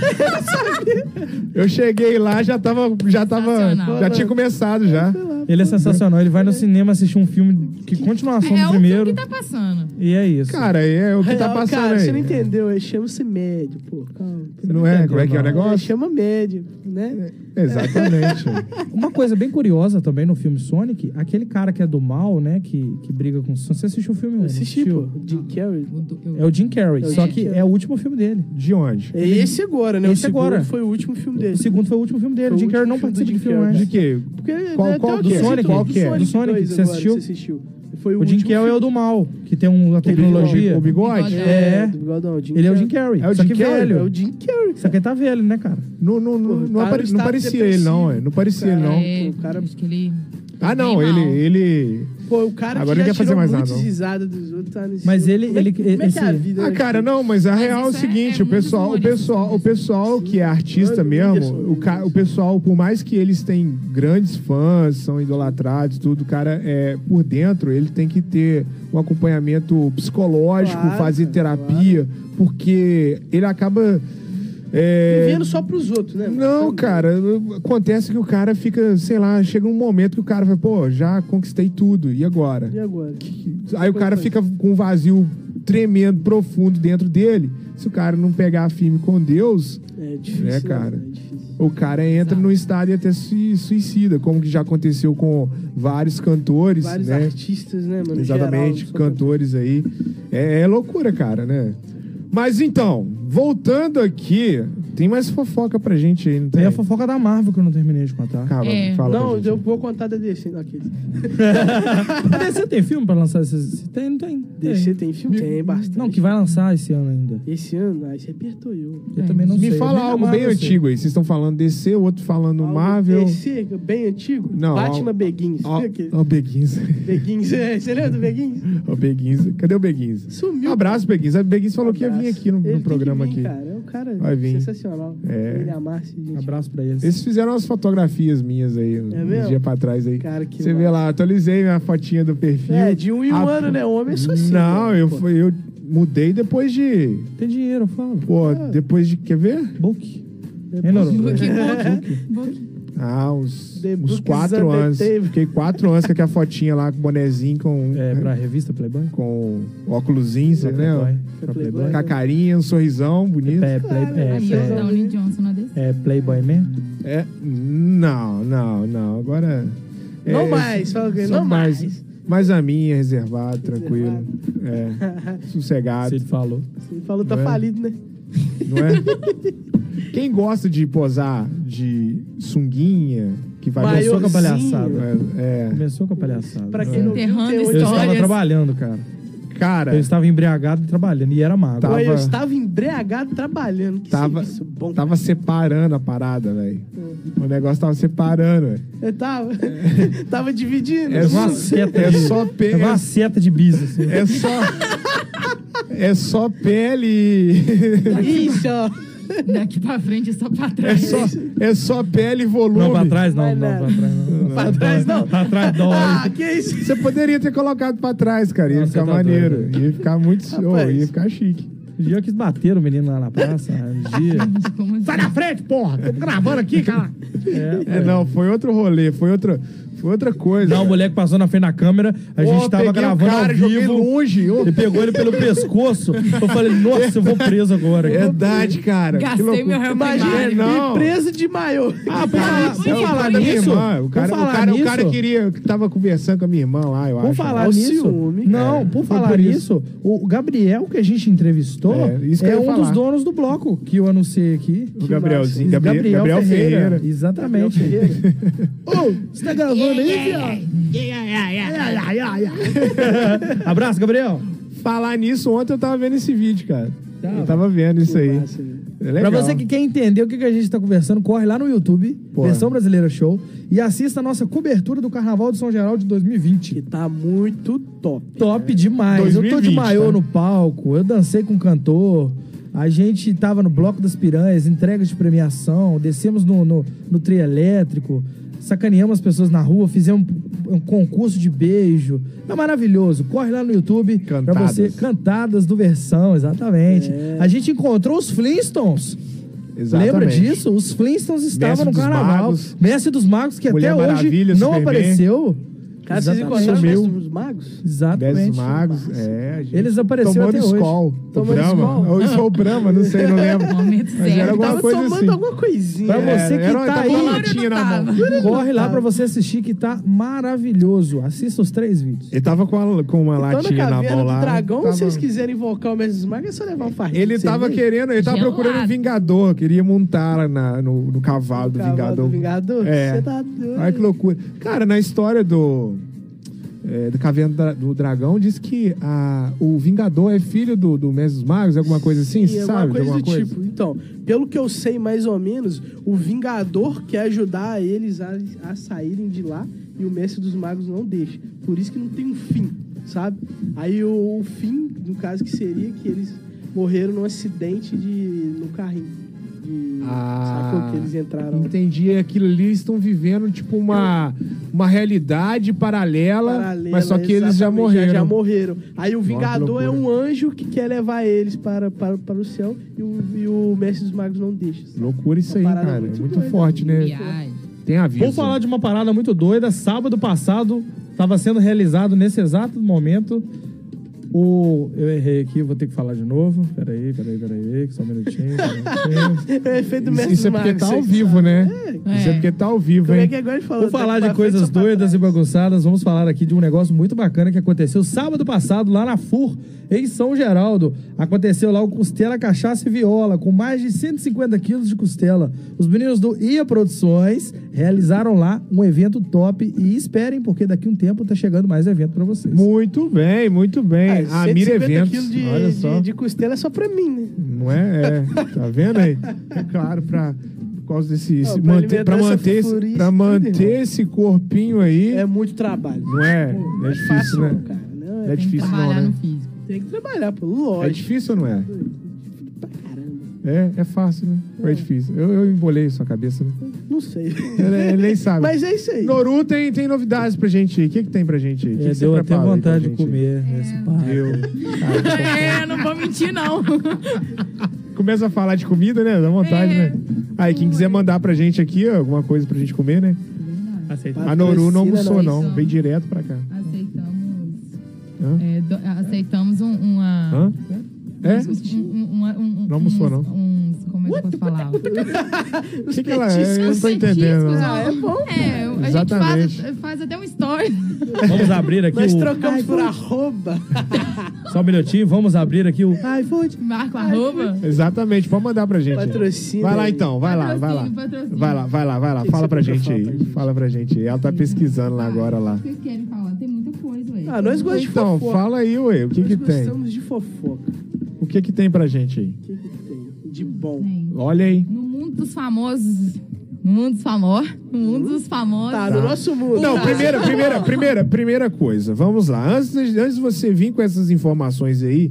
E: eu cheguei lá, já tava. Já tava.
G: Sensacional.
E: Já tinha começado já.
B: Ele é sensacional, ele vai no cinema assistir um filme que continuação
G: É
B: do
G: o filme que
B: primeiro
G: tá passando.
B: e é isso.
E: Cara, é o que tá
F: Não,
E: passando
F: cara,
E: aí.
F: você não entendeu. é, Chama-se médio, pô. Calma.
E: Não é? Como é que é o
F: É,
E: negócio?
F: Chama médio, né?
E: Exatamente.
B: Uma coisa bem curiosa também no filme Sonic, aquele cara que é do mal, né? Que, que briga com o Sonic. Você assistiu o filme? não
F: Assisti, pô.
B: É. assistiu?
F: Jim Carrey.
G: O do- eu-
B: É o Jim Carrey,
F: É o
B: só
F: Jim
B: que
F: Carrey.
B: é o último filme dele.
E: De onde?
F: É esse agora, né?
B: Esse
F: o segundo
B: agora.
F: Foi o último filme
B: O
F: dele.
B: segundo foi o último filme dele.
F: Foi
B: O
F: o
B: Jim Carrey não
F: último
B: participa de
F: filme do
B: filme né?
F: Jim né?
B: mais.
E: De quê?
F: Porque,
E: Qual-
F: né,
E: qual
F: até
E: que
B: é?
F: o
B: Sonic?
F: Qual
B: Do Sonic
F: dois
B: que você
F: agora,
B: assistiu?
F: Você assistiu. Foi o,
B: O Jim
F: último
B: Carrey é o do
F: filme.
B: mal, que tem uma tecnologia.
E: O bigode?
G: Bigodão.
B: É.
F: do bigodão, Jim
B: Ele é o Jim
F: Carrey.
B: Carrey.
E: É o
B: só
E: Jim
B: que
E: Carrey?
B: velho.
F: É o Jim Carrey,
B: Só que ele tá velho, né, cara?
E: Não, não, não, não,
F: tá no
E: apare- não
F: estado
E: parecia ele, não. é. Não parecia ele, não.
G: É,
F: o cara-
G: acho que ele... tá
E: Ah, não,
G: Bem
E: ele,
G: mal.
E: ele.
F: Pô, o cara
E: Agora
F: que
E: ele
F: já
E: quer fazer
F: tirou
E: mais
F: muitas
E: nada, não.
F: risadas dos outros tá nesse...
B: Mas ele-
F: Como é,
B: ele-
F: que- como é que é a
B: esse-
F: vida?
E: Ah,
F: né?
E: cara, não, mas a real é o
G: isso é-
E: seguinte,
G: é
E: o pessoal, o
G: muito
E: pessoal, o pessoal que é artista
F: Mano,
E: mesmo,
F: Whindersson.
E: o, ca, o pessoal, por mais que eles têm grandes fãs, são idolatrados, tudo, o cara é por dentro, ele tem que ter um acompanhamento psicológico,
F: Claro,
E: fazer
F: cara,
E: terapia, porque ele acaba é,
F: Vivendo só pros outros, né?
E: Não,
F: Sabe?
E: cara, acontece que o cara fica, sei lá, chega um momento que o cara vai, pô, já conquistei tudo, e agora?
F: E agora?
E: Aí o cara fica com um vazio tremendo, profundo dentro dele. Se o cara não pegar firme com Deus,
F: É difícil,
E: É,
F: né,
E: cara.
F: É difícil.
E: o cara entra num estado e até se suicida, como que já aconteceu com vários cantores,
F: Vários
E: né?
F: artistas, né, mano?
E: Exatamente,
F: Geral, só
E: cantores aí. É, é loucura, cara, né? Mas então, voltando aqui Tem mais fofoca pra gente aí, não tem?
B: Tem é a fofoca da Marvel que eu não terminei de contar.
E: Acaba,
G: É.
E: fala pra
F: Não,
E: gente.
F: eu vou contar da DC naquele.
B: A DC tem filme pra lançar esses. Tem, não tem?
F: DC tem filme? Tem bastante.
B: Não, que vai lançar esse ano ainda.
F: Esse ano, aí você apertou eu.
B: Eu também não
E: Me
B: sei.
E: fala
B: Nem da
E: algo
B: Marvel
E: bem
B: eu sei.
E: antigo aí. Vocês estão falando DC, o outro falando
F: Algo
E: Marvel.
F: DC, bem antigo?
E: Não,
F: Batman
E: algo-
F: Beguins.
E: Ó,
F: Aquele.
E: ó o Beguins.
F: Beguins, é, você lembra do Beguins?
E: Ó o Beguins. Cadê o Beguins?
F: Sumiu.
E: Um Abraço, Beguins. O Beguins falou que ia vir
F: Abraço.
E: aqui no, no
F: Ele tem que
E: programa
F: vir,
E: aqui.
F: Cara. É um cara
E: Vai vir.
F: sensacional.
E: É.
F: Ele amasse, gente.
B: Abraço pra eles.
E: Eles fizeram umas fotografias minhas aí, uns
F: É mesmo?
E: dias pra trás aí.
F: Cara, que
E: Você vê
F: massa.
E: lá, atualizei minha fotinha do perfil.
F: É, de um em um
E: A-
F: ano, né? O homem é só assim.
E: Não,
F: né?
E: eu,
F: Pô.
E: fui- eu mudei depois de.
B: Tem dinheiro, fala.
E: Pô,
F: Ah.
E: depois de. Quer ver?
B: Book.
F: É
B: Hein, Lorão?
G: Book, book, book.
E: Ah, uns,
F: The
E: uns
F: book
E: quatro
F: is
E: anos.
F: undertable.
E: Fiquei quatro anos com aquela fotinha lá com o bonezinho, com, um
B: É, pra revista Playboy?
E: com óculos cinza,
B: Pra
E: né?
B: Playboy.
E: Pra
F: Pra
E: Playboy.
F: Playboy.
E: Com a carinha, um sorrisão bonito.
B: É, play, é,
G: Aí o
B: é,
G: Downey Johnson na DC.
B: é Playboy mesmo?
E: É, não, não, não. Agora. é,
F: Não mais, fala com ele,
E: só
F: não mais.
E: Mas a minha, reservada, tranquilo. É, sossegado,
B: Você falou.
F: Ele falou, tá
E: Não é?
F: falido, né?
E: não é? Quem gosta de posar de sunguinha, que vai
B: Começou com a
F: Maiorzinho.
B: palhaçada.
E: É,
B: Começou com a palhaçada.
F: Pra quem não viu,
G: Enterrando
F: tem
B: Eu
F: oito
G: história.
B: estava
G: Histórias.
B: trabalhando, cara.
E: é. Cara,
B: Eu estava embriagado e trabalhando. E era mago.
E: Tá.
F: Ué, eu
E: tava-
F: estava embriagado trabalhando. Que
E: Tava-
F: serviço bom. Hum.
E: tava separando a parada, velho. O negócio tava separando, velho.
F: Eu tava. tava dividindo.
E: É só,
B: uma seta
E: é
B: de-
E: só pe-
B: Tava uma seta de bis, assim.
E: É só. É só pele.
F: Isso, ó.
G: Daqui pra frente, só pra
E: É
G: trás.
E: só, é só pele e volume.
B: Não, pra trás não,
F: Vai
B: não,
F: lá.
B: pra trás não.
F: Pra trás,
E: tá-
F: não.
B: Pra trás não.
F: Ah, que isso?
E: Você poderia ter colocado pra trás, cara. Ia
B: Não,
E: ficar
B: você tá
E: maneiro.
B: doido.
E: Ia ficar muito show.
F: Rapaz.
E: Ia ficar chique.
B: Um dia eu quis bater o menino lá na praça. Um dia.
G: Como assim?
E: frente, porra! Tô gravando aqui, cara.
B: É,
E: É, não, foi outro rolê. Foi outra, foi outra coisa.
B: Não, o moleque passou na frente da câmera, a
E: Pô,
B: gente tava
E: peguei o
B: gravando
E: cara,
B: ao
E: joguei
B: vivo.
E: longe. Ô,
B: Ele pegou ele pelo pescoço. Eu falei, nossa, eu vou preso agora.
E: É Verdade, cara. Que
G: Gastei
E: loucura.
G: meu réu
F: É,
E: Imagina,
G: primário.
E: não.
F: Preso de maiô.
E: Ah, pra
B: falar-
E: pra
B: por
E: falar
B: falar
E: da minha
B: nisso,
E: irmã. O
B: por
E: cara, o
B: falar
E: cara, o cara
B: nisso-
E: queria. Tava conversando com a minha irmã lá, eu
B: Por
E: acho.
B: falar
F: o
B: nisso.
F: ciúme,
B: não, por
E: Foi
B: falar
E: por isso.
B: nisso, o Gabriel que a gente entrevistou
E: É,
B: é,
E: isso que eu ia
B: um
E: falar.
B: dos donos do bloco que eu anunciei aqui.
E: O Gabrielzinho. Gabriel,
B: Gabriel,
E: Gabriel
B: Ferreira.
E: Ferreira.
B: Exatamente. Ô, você tá gravando
F: É.
B: aí, viado? Abraço, Gabriel.
E: Falar nisso, ontem eu tava vendo esse vídeo, cara.
B: Tava.
E: Eu tava vendo isso aí.
F: Massa, velho.
E: É legal.
B: Pra você que quer entender o que, que a gente tá conversando, corre lá no YouTube,
E: Porra.
B: Versão Brasileira Show, e assista a nossa cobertura do Carnaval de São Geraldo de 2020.
F: Que tá muito top.
B: Top demais. eu tô
E: 2020,
B: de maiô
E: tá?
B: no palco, eu dancei com o cantor. A gente tava no Bloco das Piranhas, entrega de premiação, descemos no, no, no trio elétrico, sacaneamos as pessoas na rua, fizemos um, um concurso de beijo. É maravilhoso. Corre lá no YouTube pra
E: Cantadas. É.
B: você. Cantadas do Versão, exatamente. A gente encontrou os Flintstones.
E: Exatamente.
B: Lembra disso? Os Flintstones estavam
E: Mestre
B: no
E: dos
B: carnaval.
E: Magos.
B: Mestre dos Magos, que
E: Mulher
B: até
E: Maravilha,
B: hoje não
E: Superman.
B: apareceu.
F: Cara, vocês
B: Exatamente.
F: encontraram
E: Sumiu.
F: o mestre dos magos?
E: Dez
B: Exatamente.
E: dos magos. É, a gente.
B: Eles apareceram
E: Tomando
B: até hoje.
E: Skol. O
F: Tomando
E: Brahma.
F: Skol.
E: Ou isso foi o Brahma, não sei, não lembro.
G: Momento
E: Mas era
G: certo.
E: alguma
F: Tava
E: coisa
F: tomando
E: assim.
F: alguma coisinha.
B: Pra você que
E: era,
B: tá
E: tava com
B: aí.
E: uma latinha na mão.
G: Tava.
B: Corre lá pra você assistir que tá maravilhoso. Assista os três vídeos.
E: Ele tava com, a- com uma
F: Então, na
E: latinha na
F: caverna
E: mão lá.
F: do dragão,
E: Tava-
F: se vocês quiserem invocar o mestre dos magos, é só levar um fardo.
E: Ele tava querendo, ele tava
G: Gelado.
E: procurando um Vingador, queria montar lá na- no, no cavalo do Vingador.
F: Do Vingador?
E: É.
F: Você tá doido.
E: Olha que loucura. Cara, na história do. É, do Caverna Dra- do Dragão diz que a, o Vingador é filho do, do Mestre dos Magos, alguma coisa assim,
F: Sim,
E: sabe?
F: alguma coisa
E: Alguma
F: do tipo. Então, pelo que eu sei mais ou menos, o Vingador quer ajudar eles a, a saírem de lá e o Mestre dos Magos não deixa. Por isso que não tem um fim, sabe? Aí o, o fim, no caso, que seria que eles morreram num acidente de no carrinho. De,
E: Ah,
F: sacou que eles entraram
E: Entendi, é aquilo ali eles estão vivendo tipo uma, uma realidade paralela,
F: paralela,
E: mas só que eles já
F: exatamente,
E: morreram.
F: Já, morreram. Aí o
E: que
F: Vingador é um
E: loucura.
F: anjo que quer levar eles para, para, para o céu e o, e o Mestre dos Magos não deixa. sabe?
E: Loucura isso aí,
F: Uma parada
E: cara. é
F: muito
E: Muito,
F: doida.
E: forte, né?
G: Viagem.
E: Tem aviso.
B: Vou falar de uma parada muito doida. Sábado passado estava sendo realizado nesse exato momento o. Eu errei aqui, vou ter que falar de novo. Peraí, peraí, peraí, só um minutinho. só um minutinho.
F: É efeito
E: Isso,
F: Mestre
E: isso é
F: dos
E: porque
F: Magos.
E: tá ao
F: vocês
E: vivo,
F: sabem.
E: né?
G: É.
E: Isso é porque tá ao vivo,
F: Como
E: hein?
F: é que agora ele falou?
B: Vou falar de
F: Pra frente,
B: coisas
F: só pra
B: doidas e
F: trás.
B: bagunçadas. Vamos falar aqui de um negócio muito bacana que aconteceu sábado passado lá na FUR, Em São Geraldo, aconteceu lá o Costela Cachaça e Viola, com mais de 150 quilos de costela. Os meninos do IA Produções realizaram lá um evento top e esperem, porque daqui a um tempo tá chegando mais evento pra vocês.
E: Muito bem, muito bem.
F: É, Ah,
E: a Ah, Mira
F: 150
E: Eventos,
F: quilos de,
E: olha só.
F: de, de costela é só pra mim, né?
E: Não é? É. Tá vendo aí? É claro, pra, por causa desse... esse-
F: Não, pra
E: manter, pra
F: alimentar essa
E: manter, esse,
F: fofurista,
E: pra manter
F: entendeu?
E: esse corpinho aí...
F: É muito trabalho.
E: Não é? É difícil,
F: fácil,
E: né?
F: não, cara. Não,
E: É
G: Tem que
E: difícil não,
G: trabalhar
E: né?
G: no físico.
F: Tem que trabalhar, pô.
E: É
F: Lógico.
E: difícil ou não é?
F: pra caramba.
E: É, é fácil, né? Ou é difícil? Eu, eu embolei sua cabeça, né?
F: Não sei.
E: Ele, ele nem sabe.
F: Mas é isso aí.
E: Noru tem, tem novidades pra gente aí. O que, que tem pra gente aí? O que
B: É,
E: que você
B: deu até
E: prepara aí pra
B: vontade de
E: gente aí?
B: comer nesse par.
E: Deu.
G: É, não vou mentir, não.
E: Começa a falar de comida, né? Dá vontade,
G: É.
E: né? Aí, quem quiser mandar pra gente aqui ó, alguma coisa pra gente comer, né?
H: Aceita.
E: A Noru não almoçou,
F: Patrocina
E: não.
G: nós.
E: Vem direto pra cá.
G: Aceitamos.
E: Hã?
G: é, do- aceitamos um- uma.
E: Hã? É?
G: Um, um, um, um,
E: Não almoçou,
G: uns-
E: não.
G: uns- como é que eu posso falar?
E: O que, que ela é? Eu não
G: Uns
E: tô entendendo.
G: petiscos,
E: né?
G: não.
F: Ah, é bom,
G: É, a gente faz,
E: Exatamente.
G: faz até um story.
H: Vamos abrir aqui
F: Nós
H: o.
F: trocamos por arroba.
H: Só um minutinho, vamos abrir aqui o.
F: iFood.
G: Marco arroba.
E: Exatamente, pode mandar pra gente.
F: Patrocina
E: Vai lá
F: aí.
E: então, vai lá, vai lá.
G: Patrocínio, patrocínio.
E: Vai lá, vai lá, vai lá.
F: que
E: Fala
F: você
E: pra
F: tem pra
E: gente
F: falar pra
E: aí.
F: gente?
E: Fala pra gente aí. Ela tá pesquisando lá agora lá.
G: O que vocês querem falar? Tem muita coisa, ué.
F: Ah, nós gostamos
E: Então,
F: de fofoca.
E: fala aí, ué. O que
F: Nós
E: que tem?
F: gostamos de fofoca.
E: O que que tem pra gente aí?
F: O que, que tem? De bom.
G: Tem.
E: Olha aí.
G: No mundo dos famosos. No mundo dos famosos. No mundo dos famosos.
F: Tá, no nosso mundo.
E: Não,
F: Tá.
E: primeira, primeira, primeira, primeira coisa. Vamos lá. Antes, de- antes de você vir com essas informações aí,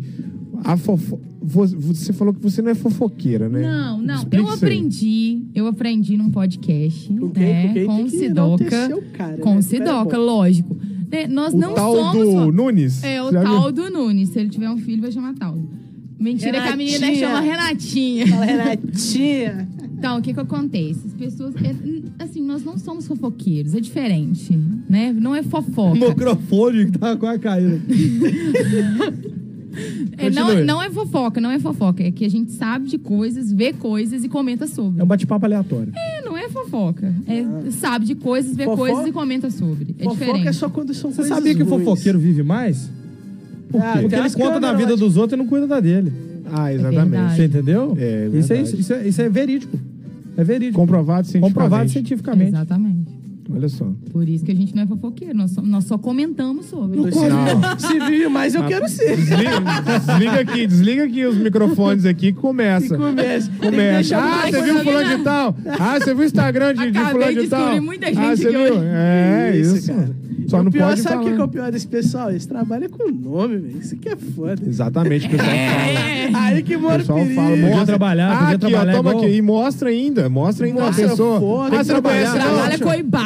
E: a fofo... vo- você falou que você não é fofoqueira, né?
G: Não, não.
E: Explica
G: Eu
E: isso aí.
G: aprendi, eu aprendi num podcast,
F: Com quem?
G: né?
F: Com quem?
G: Com
F: Tem
G: o
F: que
G: Sidoca.
F: enaltecer o cara,
G: Com
F: né?
G: o
F: Esse cara é
G: Sidoca,
F: bom.
G: lógico. Né, Nós
E: O
G: não
E: tal
G: somos.
E: do
G: fa-
E: Nunes?
G: É, o
E: Já viu?
G: tal do Nunes. Se ele tiver um filho, vai chamar tal. Mentira que a menina
F: Renatinha.
G: chama Renatinha.
F: Fala, Renatinha.
G: Então, o que que acontece? As pessoas... é, hum, assim, nós não somos fofoqueiros. É diferente, né? Não é
B: O
G: fofoca.
B: microfone que tava quase caindo.
G: É, não,
B: continue.
G: não é fofoca, não é fofoca. É que a gente sabe de coisas, vê coisas e comenta sobre.
B: É Ah. um bate-papo aleatório.
G: É, não é fofoca. É, sabe de coisas, vê
F: Fofo-
G: coisas e comenta sobre. É
F: Fofoca
G: diferente.
F: é só quando são
B: Você
F: coisas
B: sabia que o
F: ruins.
B: fofoqueiro vive mais? Por
F: Ah,
B: quê?
F: tem
B: Porque ele
F: umas
B: conta da
F: câmeras
B: vida
F: lá de-
B: dos outros e não cuida da dele.
E: Ah,
G: É verdade.
E: exatamente.
B: Você entendeu?
E: É
B: isso, é,
E: verdade.
B: isso, é, isso é verídico. É verídico.
E: Comprovado cientificamente.
B: Comprovado cientificamente.
G: Exatamente.
E: Olha só.
G: Por isso que a gente não é fofoqueiro. Nós só, nós só comentamos sobre.
F: é.
E: Não.
F: Se vive mais, eu quero ser.
E: Desliga, desliga aqui, desliga aqui os microfones aqui que começa.
F: Começa. Tem que
E: Começa.
F: deixar
E: Ah,
F: mais
E: você viu
G: coisa,
E: fulano
G: né?
E: de tal? Ah, você viu o Instagram de, de
G: Acabei
E: fulano de
G: de
E: tal?
G: descobrir muita gente
E: ah, você
G: aqui
E: viu?
G: hoje.
E: É, isso.
F: cara.
E: Só
F: o
E: não
F: pior,
E: pode
F: sabe o que
E: falar.
F: que é o pior desse pessoal? Eles trabalham com nome, velho. Isso aqui é foda.
E: Exatamente, o pessoal
G: É.
E: fala.
F: Aí que
E: O
F: mora o
E: pessoal
F: perigo.
E: fala, mostra.
B: trabalhar,
E: ah,
B: podia
E: aqui,
B: trabalhar
E: ó, toma
B: igual-
E: aqui. E mostra ainda, mostra ainda
F: Mostra
E: a pessoa.
F: foto,
E: ah, você não
F: trabalha-
E: conhece, não.
G: Trabalha com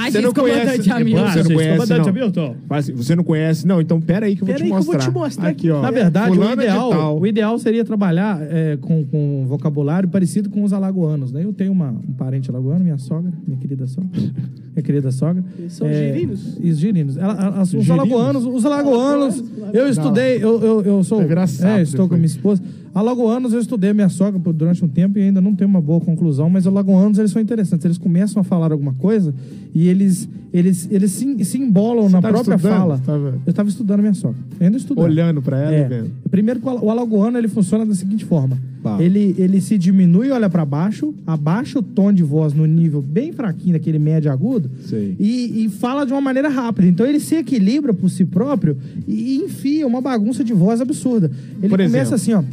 E: Você não
G: imagens,
E: conhece,
G: comandante Hamilton.
E: você não conhece,
H: comandante
E: não.
H: Hamilton.
E: Fala assim, você não conhece? Não, então pera aí que eu vou
F: Pera
E: te
F: aí que eu vou
E: mostrar.
F: te mostrar
E: Aqui, ó.
B: Na verdade, o
E: fulano é de
B: ideal,
E: tal.
B: o ideal seria trabalhar é, com, com um vocabulário parecido com os alagoanos, né? Eu tenho uma, um parente alagoano, minha sogra, minha querida sogra. Minha querida sogra. É,
F: Eles são girinos?
B: Os girinos. Ela- a- a- os
E: Girinos?
B: alagoanos, os alagoanos.
F: Alagoanos,
B: Eu estudei, eu, eu, eu sou.
E: Vai virar sapo
B: é, estou com
E: depois.
B: minha esposa. Alagoanos, eu estudei a minha sogra por- durante um tempo e ainda não tenho uma boa conclusão, mas alagoanos, eles são interessantes. Eles começam a falar alguma coisa e eles, eles, eles se, se embolam na
E: tava
B: própria
E: tá estudando?
B: fala.
E: Tava-
B: Eu estava estudando a minha sogra. Eu ainda estudando.
E: Olhando pra ela e
B: é.
E: vendo.
B: Primeiro, que o ala- o alagoano ele funciona da seguinte forma:
E: Tá.
B: ele, ele se diminui, olha pra baixo, abaixa o tom de voz no nível bem fraquinho, daquele médio agudo,
E: Sei.
B: e, e fala de uma maneira rápida. Então ele se equilibra por si próprio e, e enfia uma bagunça de voz absurda. Ele
E: Por
B: começa
E: exemplo?
B: assim, ó.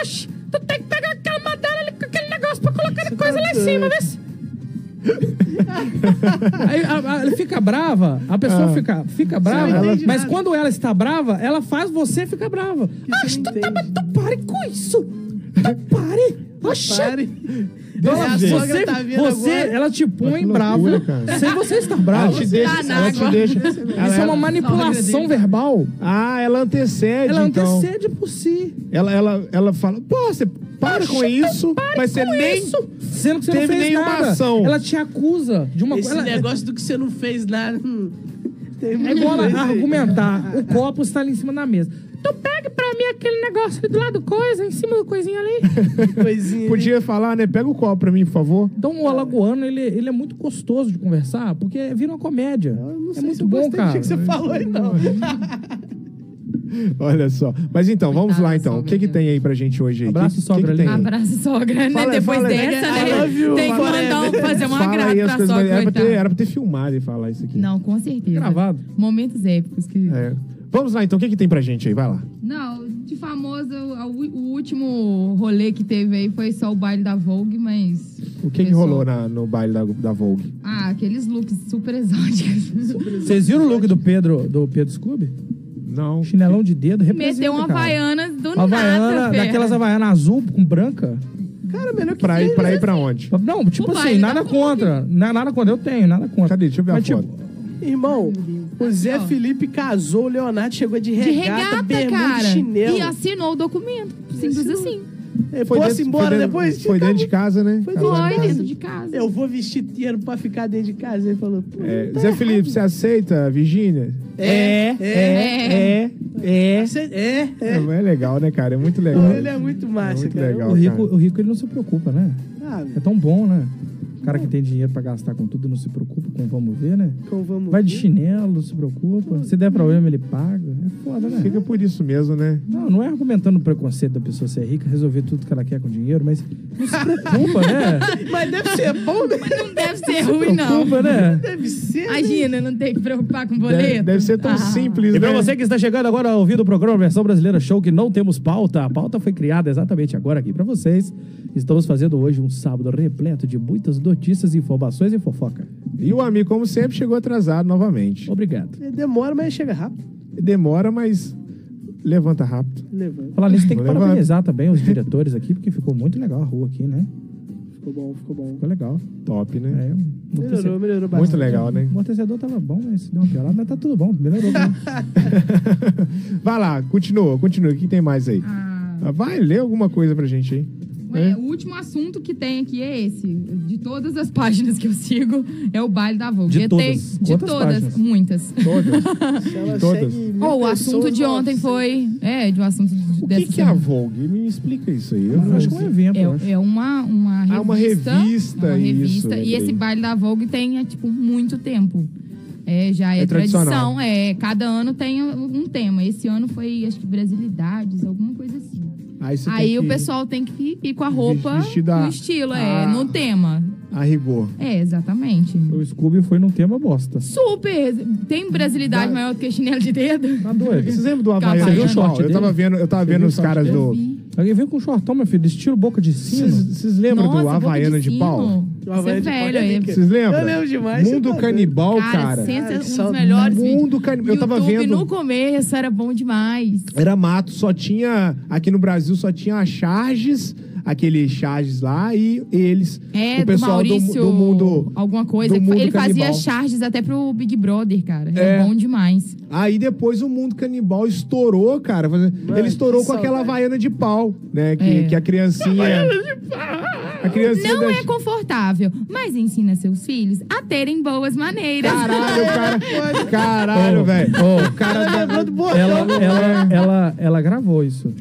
G: Oxe, tu tem que pegar aquela madeira ali com aquele negócio pra colocar
B: tá
G: coisa lá em cima, vê se.
B: Aí, a- a- ela fica brava, a pessoa
E: Ah.
B: fica, fica brava,
F: não entende
B: mas
F: nada.
B: quando ela está brava, ela faz você ficar brava. Ah,
F: você
B: tu,
F: não
B: tá,
F: entende.
B: tu pare com isso! Tu pare! Oxe!
F: Pare.
B: Ela,
F: jeito.
B: você,
F: sogra tá vindo
B: você,
F: agora.
B: ela te põe
E: Que
B: brava
E: loucura, cara.
B: sem você estar brava.
E: Ela te deixa.
G: na
E: Ela te
G: água.
E: deixa. ela-
B: Isso é uma manipulação verbal.
E: Ah, ela antecede.
B: Ela
E: então.
B: antecede por si.
E: Ela, ela, ela fala, pô, você para com isso, mas você
B: Com
E: nem.
B: isso, sendo que você não
E: teve
B: fez
E: nenhuma
B: nada.
E: ação.
B: Ela te acusa de uma
F: Esse
B: coisa. ela-
F: negócio do que você não fez nada. hum, tem
B: É
F: muito
B: igual ela
F: coisa aí.
B: argumentar. O copo está ali em cima da mesa. Tu pega pra mim aquele negócio ali do lado do coisa, em cima do coisinha ali.
F: Coisinha.
E: Podia falar, né? Pega o copo pra mim, por favor.
B: Então o alagoano, ele, ele é muito gostoso de conversar,
E: Ah,
B: porque vira uma comédia.
F: né? Eu não
B: É
F: sei se
B: muito
F: eu
B: bom,
F: gostei do
B: cara.
F: que você falou aí, não.
E: Olha só. Mas então, vamos
G: Coitada
E: lá
G: da
E: então. O
G: sogra
E: que que
G: dela.
E: tem aí pra gente hoje aí?
B: Abraço,
E: Que- que
B: sogra
E: que tem?
B: linda.
G: Abraço, sogra, né?
E: Fala-
G: Depois
E: fala-
G: dessa,
E: I love you,
G: né? Tem que mandar um, fazer um
E: Fala
G: agrado
E: aí as
G: pra
E: coisas, mas
G: sogra,
E: era, pra ter,
G: coitada.
E: era pra ter filmado e falar isso aqui.
G: Não, com certeza.
B: Gravado.
G: Momentos épicos que...
E: É. Vamos lá então, o que, que tem pra gente aí? Vai lá.
G: Não, de famoso, a u- o último rolê que teve aí foi só o baile da Vogue, mas.
E: O que, que
G: pessoal-
E: rolou né? na- no baile da, da Vogue?
G: Ah, aqueles looks super exóticos.
B: Vocês viram o look do Pedro, do Pedro Scooby? Um
E: Não.
B: Chinelão de dedo, representa,
G: Meteu uma
B: cara.
G: Havaianas do
B: Uma Havaiana,
G: nada, fera.
B: daquelas Havaiana azul com branca.
F: Cara, melhor que
E: Pra ir pra, ir pra onde?
B: Não, tipo
G: O
B: assim,
G: baile da
B: nada
G: Vogue.
B: contra. Na- Nada contra, eu tenho, nada contra.
E: Cadê? Deixa eu ver a
B: Mas, tipo,
E: foto.
F: Irmão, o Zé
G: Não.
F: Felipe casou, o Leonardo chegou de
G: De
F: regata,
G: regata,
F: bermuda e
G: cara.
F: chinelo.
G: E assinou o documento. Simples assim.
F: Eu Posso ir embora
E: É, foi dentro-
F: depois?
E: Foi
F: Acabou.
E: dentro de casa, né?
F: Foi
E: Casou
G: Foi
E: em casa.
G: dentro de casa.
F: Eu vou vestir dinheiro pra ficar dentro de casa. Ele falou, pô,
E: É,
F: tá
E: Zé
F: errado.
E: Felipe, você aceita, Virgínia?
F: É,
G: é,
E: é, é.
F: Você- É,
E: É,
F: é.
E: mas é legal, né, cara? É muito legal.
F: Ele é muito massa,
E: muito
F: cara.
E: legal.
B: O rico,
E: cara.
B: o rico, ele não se preocupa, né?
F: Ah,
B: É tão bom, né? O cara que tem dinheiro pra gastar com tudo não se preocupa com vamos ver, né?
F: então vamos
B: Vai de
F: ver.
B: chinelo, não se preocupa. Se der problema, ele paga. É foda, né?
E: Fica por isso mesmo, né?
B: Não, não é argumentando o preconceito da pessoa ser rica, resolver tudo que ela quer com dinheiro, mas não se preocupa, né?
F: Mas deve ser bom, né?
G: Não deve ser ruim, não.
B: Preocupa, né?
F: Deve ser. né?
G: Imagina, não tem que preocupar com boleto.
E: Deve, deve ser tão
G: Ah.
E: simples,
B: E
E: né?
B: pra você que está chegando agora a ouvir do programa Versão Brasileira Show, que não temos pauta, a pauta foi criada exatamente agora aqui pra vocês. Estamos fazendo hoje um sábado repleto de muitas notícias, informações e fofoca.
E: E o amigo, como sempre, chegou atrasado novamente.
B: Obrigado.
F: Demora, mas chega rápido.
E: Demora, mas levanta rápido.
F: Levanta.
B: Falar nisso, tem que
E: Levanta.
B: parabenizar também os diretores aqui, porque ficou muito legal a rua aqui, né?
F: Ficou bom, ficou bom.
B: Ficou legal.
E: Top, né?
B: É, o
F: Melhorou,
B: amortece-
F: melhorou bastante.
E: muito legal, né?
B: O amortecedor tava bom, mas deu uma piorada, mas tá tudo bom, melhorou. né?
E: Vai lá, continua, continua. O que tem mais aí?
G: Ah.
E: Vai ler alguma coisa pra gente aí.
G: Ué, O último assunto que tem aqui é esse. De todas as páginas que eu sigo, é o baile da Vogue.
B: De
G: E
B: todas?
G: tem- de
B: Quantas
G: todas,
B: páginas?
G: muitas.
F: Se ela
E: Todas.
F: segue mil
G: Oh, o
F: pessoas,
G: assunto de
F: nossa.
G: ontem foi. É, de um assunto de-
E: O que,
G: dessa
E: que é a
G: semana.
E: Vogue? Me explica isso aí. Eu
B: Eu
E: não
B: acho que é um evento, eu acho.
G: É, é uma, uma revista.
E: Ah, uma revista,
G: é uma
E: isso,
G: revista.
E: lembrei.
G: e esse baile da Vogue tem, é, tipo, muito tempo. É, já é,
E: É tradicional.
G: tradição. É, cada ano tem um tema. Esse ano foi, acho que, Brasilidades, alguma coisa assim.
E: Aí, você tem
G: Aí o
E: que-
G: pessoal tem que ir com a roupa
E: Vestido a-
G: no estilo, é,
E: a-
G: no tema.
E: A rigor.
G: É, exatamente.
B: o Scooby foi num tema bosta.
G: Super! Tem brasilidade maior do que chinelo de dedo?
B: Tá doido.
E: Vocês lembram do
G: Você
E: Havaianas?
G: viu o
E: Não,
B: short
E: eu tava
B: dele?
E: vendo, eu tava
B: Você
E: vendo
B: viu o
E: os
B: short
E: caras
B: dele?
E: do.
B: Alguém vem com um shortão, meu filho, estilo boca de sino.
E: Vocês vocês lembram do
G: boca
E: Havaiana de,
G: sino.
E: pau?
F: Do
G: Você é
F: Havaiana de pau,
G: velho,
F: é
G: é.
F: rico.
E: Vocês lembram?
F: Eu lembro demais, você
E: Mundo
F: tá
E: canibal,
G: Cara,
E: cara.
G: sensa-
F: Ai,
G: um dos
F: saudade.
G: melhores vídeos.
E: Mundo canibal. Eu tava
G: YouTube
E: vendo.
G: no começo era bom demais.
E: Era mato, só tinha. Aqui no Brasil só tinha a Charges, aquele Charges lá, e eles.
G: É,
E: o pessoal do-
G: Maurício,
E: do, mundo.
G: alguma coisa.
E: do mundo
G: ele fazia
E: canibal.
G: charges até pro Big Brother, cara. Era
E: É.
G: bom demais.
E: Aí depois o mundo canibal estourou, cara. fazendo- ele estourou
F: que
E: com aquela
F: saudade.
E: Havaiana de pau, né? Que,
G: É.
E: que a criancinha. A criancinha.
G: Não
E: da-
G: é confortável, mas ensina seus filhos a terem boas maneiras.
E: Caralho, cara. Caralho,
B: Oh,
E: velho.
B: oh.
E: O cara da-
F: Lembrou do botão.
B: Ela, ela, ela, ela gravou isso.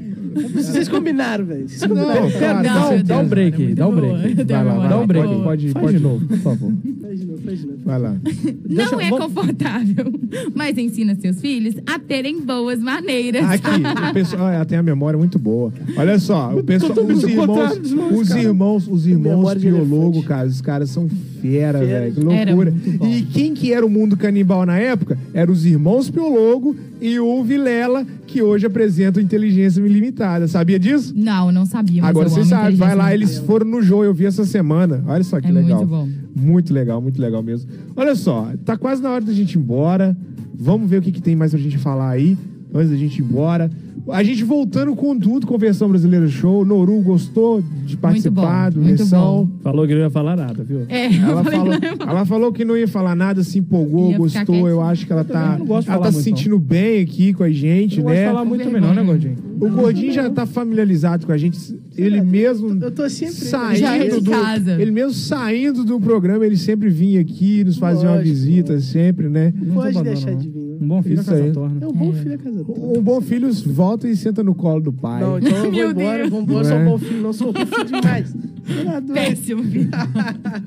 F: Vocês combinaram, velho. Vocês combinaram.
E: Não,
B: Pera,
E: cara,
G: Não,
B: dá, um,
G: meu
B: dá um
G: Deus,
B: break
G: mano, é
B: aí,
G: muito
B: dá um
G: boa.
B: break.
G: Tem
B: Vai lá,
G: uma
B: dá
G: hora
B: um break.
G: boa.
B: Pode,
E: Faz
B: pode
E: de
B: de novo, por favor.
F: Faz de novo, faz de novo.
E: Vai lá.
B: Deixa-
G: Não é
B: vamos-
G: confortável, mas ensina seus filhos a terem boas maneiras.
E: Tá Aqui, o pessoal, ah, ela tem a memória muito boa. Olha só, o pessoal,
B: todo
E: os
B: mundo
E: irmãos,
B: contrário de nós,
E: os
B: cara.
E: irmãos, os irmãos
F: Memória de
E: biólogo,
F: elefante.
E: cara, os caras são fera,
F: Fera.
E: velho, que
G: Era
E: loucura.
G: muito bom.
E: E quem que era o mundo canibal na época? Era os irmãos biólogo e o Vilela, que hoje apresenta o inteligência ilimitada. Sabia disso?
G: Não, não sabia. Mas
E: Agora
G: eu
E: você
G: amo
E: sabe, vai lá,
G: inteligência
E: eles
G: musical.
E: foram no jogo, eu vi essa semana. Olha só que
G: É muito
E: legal.
G: bom.
E: Muito legal, muito legal mesmo. Olha só, tá quase na hora da gente ir embora. Vamos ver o que, que tem mais pra gente falar aí, antes da gente ir embora. A gente voltando com tudo com a Versão Brasileira Show. Noru gostou de participar
G: bom,
E: do
G: muito
E: Versão.
B: Falou que não ia falar nada, viu?
G: É, eu
E: Ela
G: falei,
E: falou,
G: não, eu
E: ela falou que não ia falar nada, se empolgou,
G: Ia ficar
E: gostou. Eu
G: quietinha.
E: acho que ela tá,
B: também não gosto de
E: ela
B: falar
E: tá se
B: muito, não.
E: sentindo bem aqui com a gente,
B: Eu gosto de
E: né?
B: falar muito
G: Com
B: melhor, né,
G: vergonha.
B: Gordinho?
E: O Gordinho já tá familiarizado com a gente.
B: é,
E: Ele mesmo
F: Eu tô sempre-
E: saindo
G: Já é de
E: do,
G: casa.
E: ele mesmo saindo do programa, ele sempre vinha aqui, nos fazia uma
F: Lógico.
E: visita sempre, né?
B: Não
F: Pode
B: abandono,
F: deixar
B: não.
F: de vir. né?
B: Um bom filho
E: Isso
B: a casa
E: aí.
B: torna.
F: É um bom filho a casa toda.
E: Um bom filho volta e senta no colo do pai.
F: Não, então eu vou
G: Meu
F: embora,
G: Deus.
F: vou embora, eu sou
E: Não é?
F: um bom filho, não sou um bom filho demais. Sei lá, doido. tá
G: Péssimo, filho.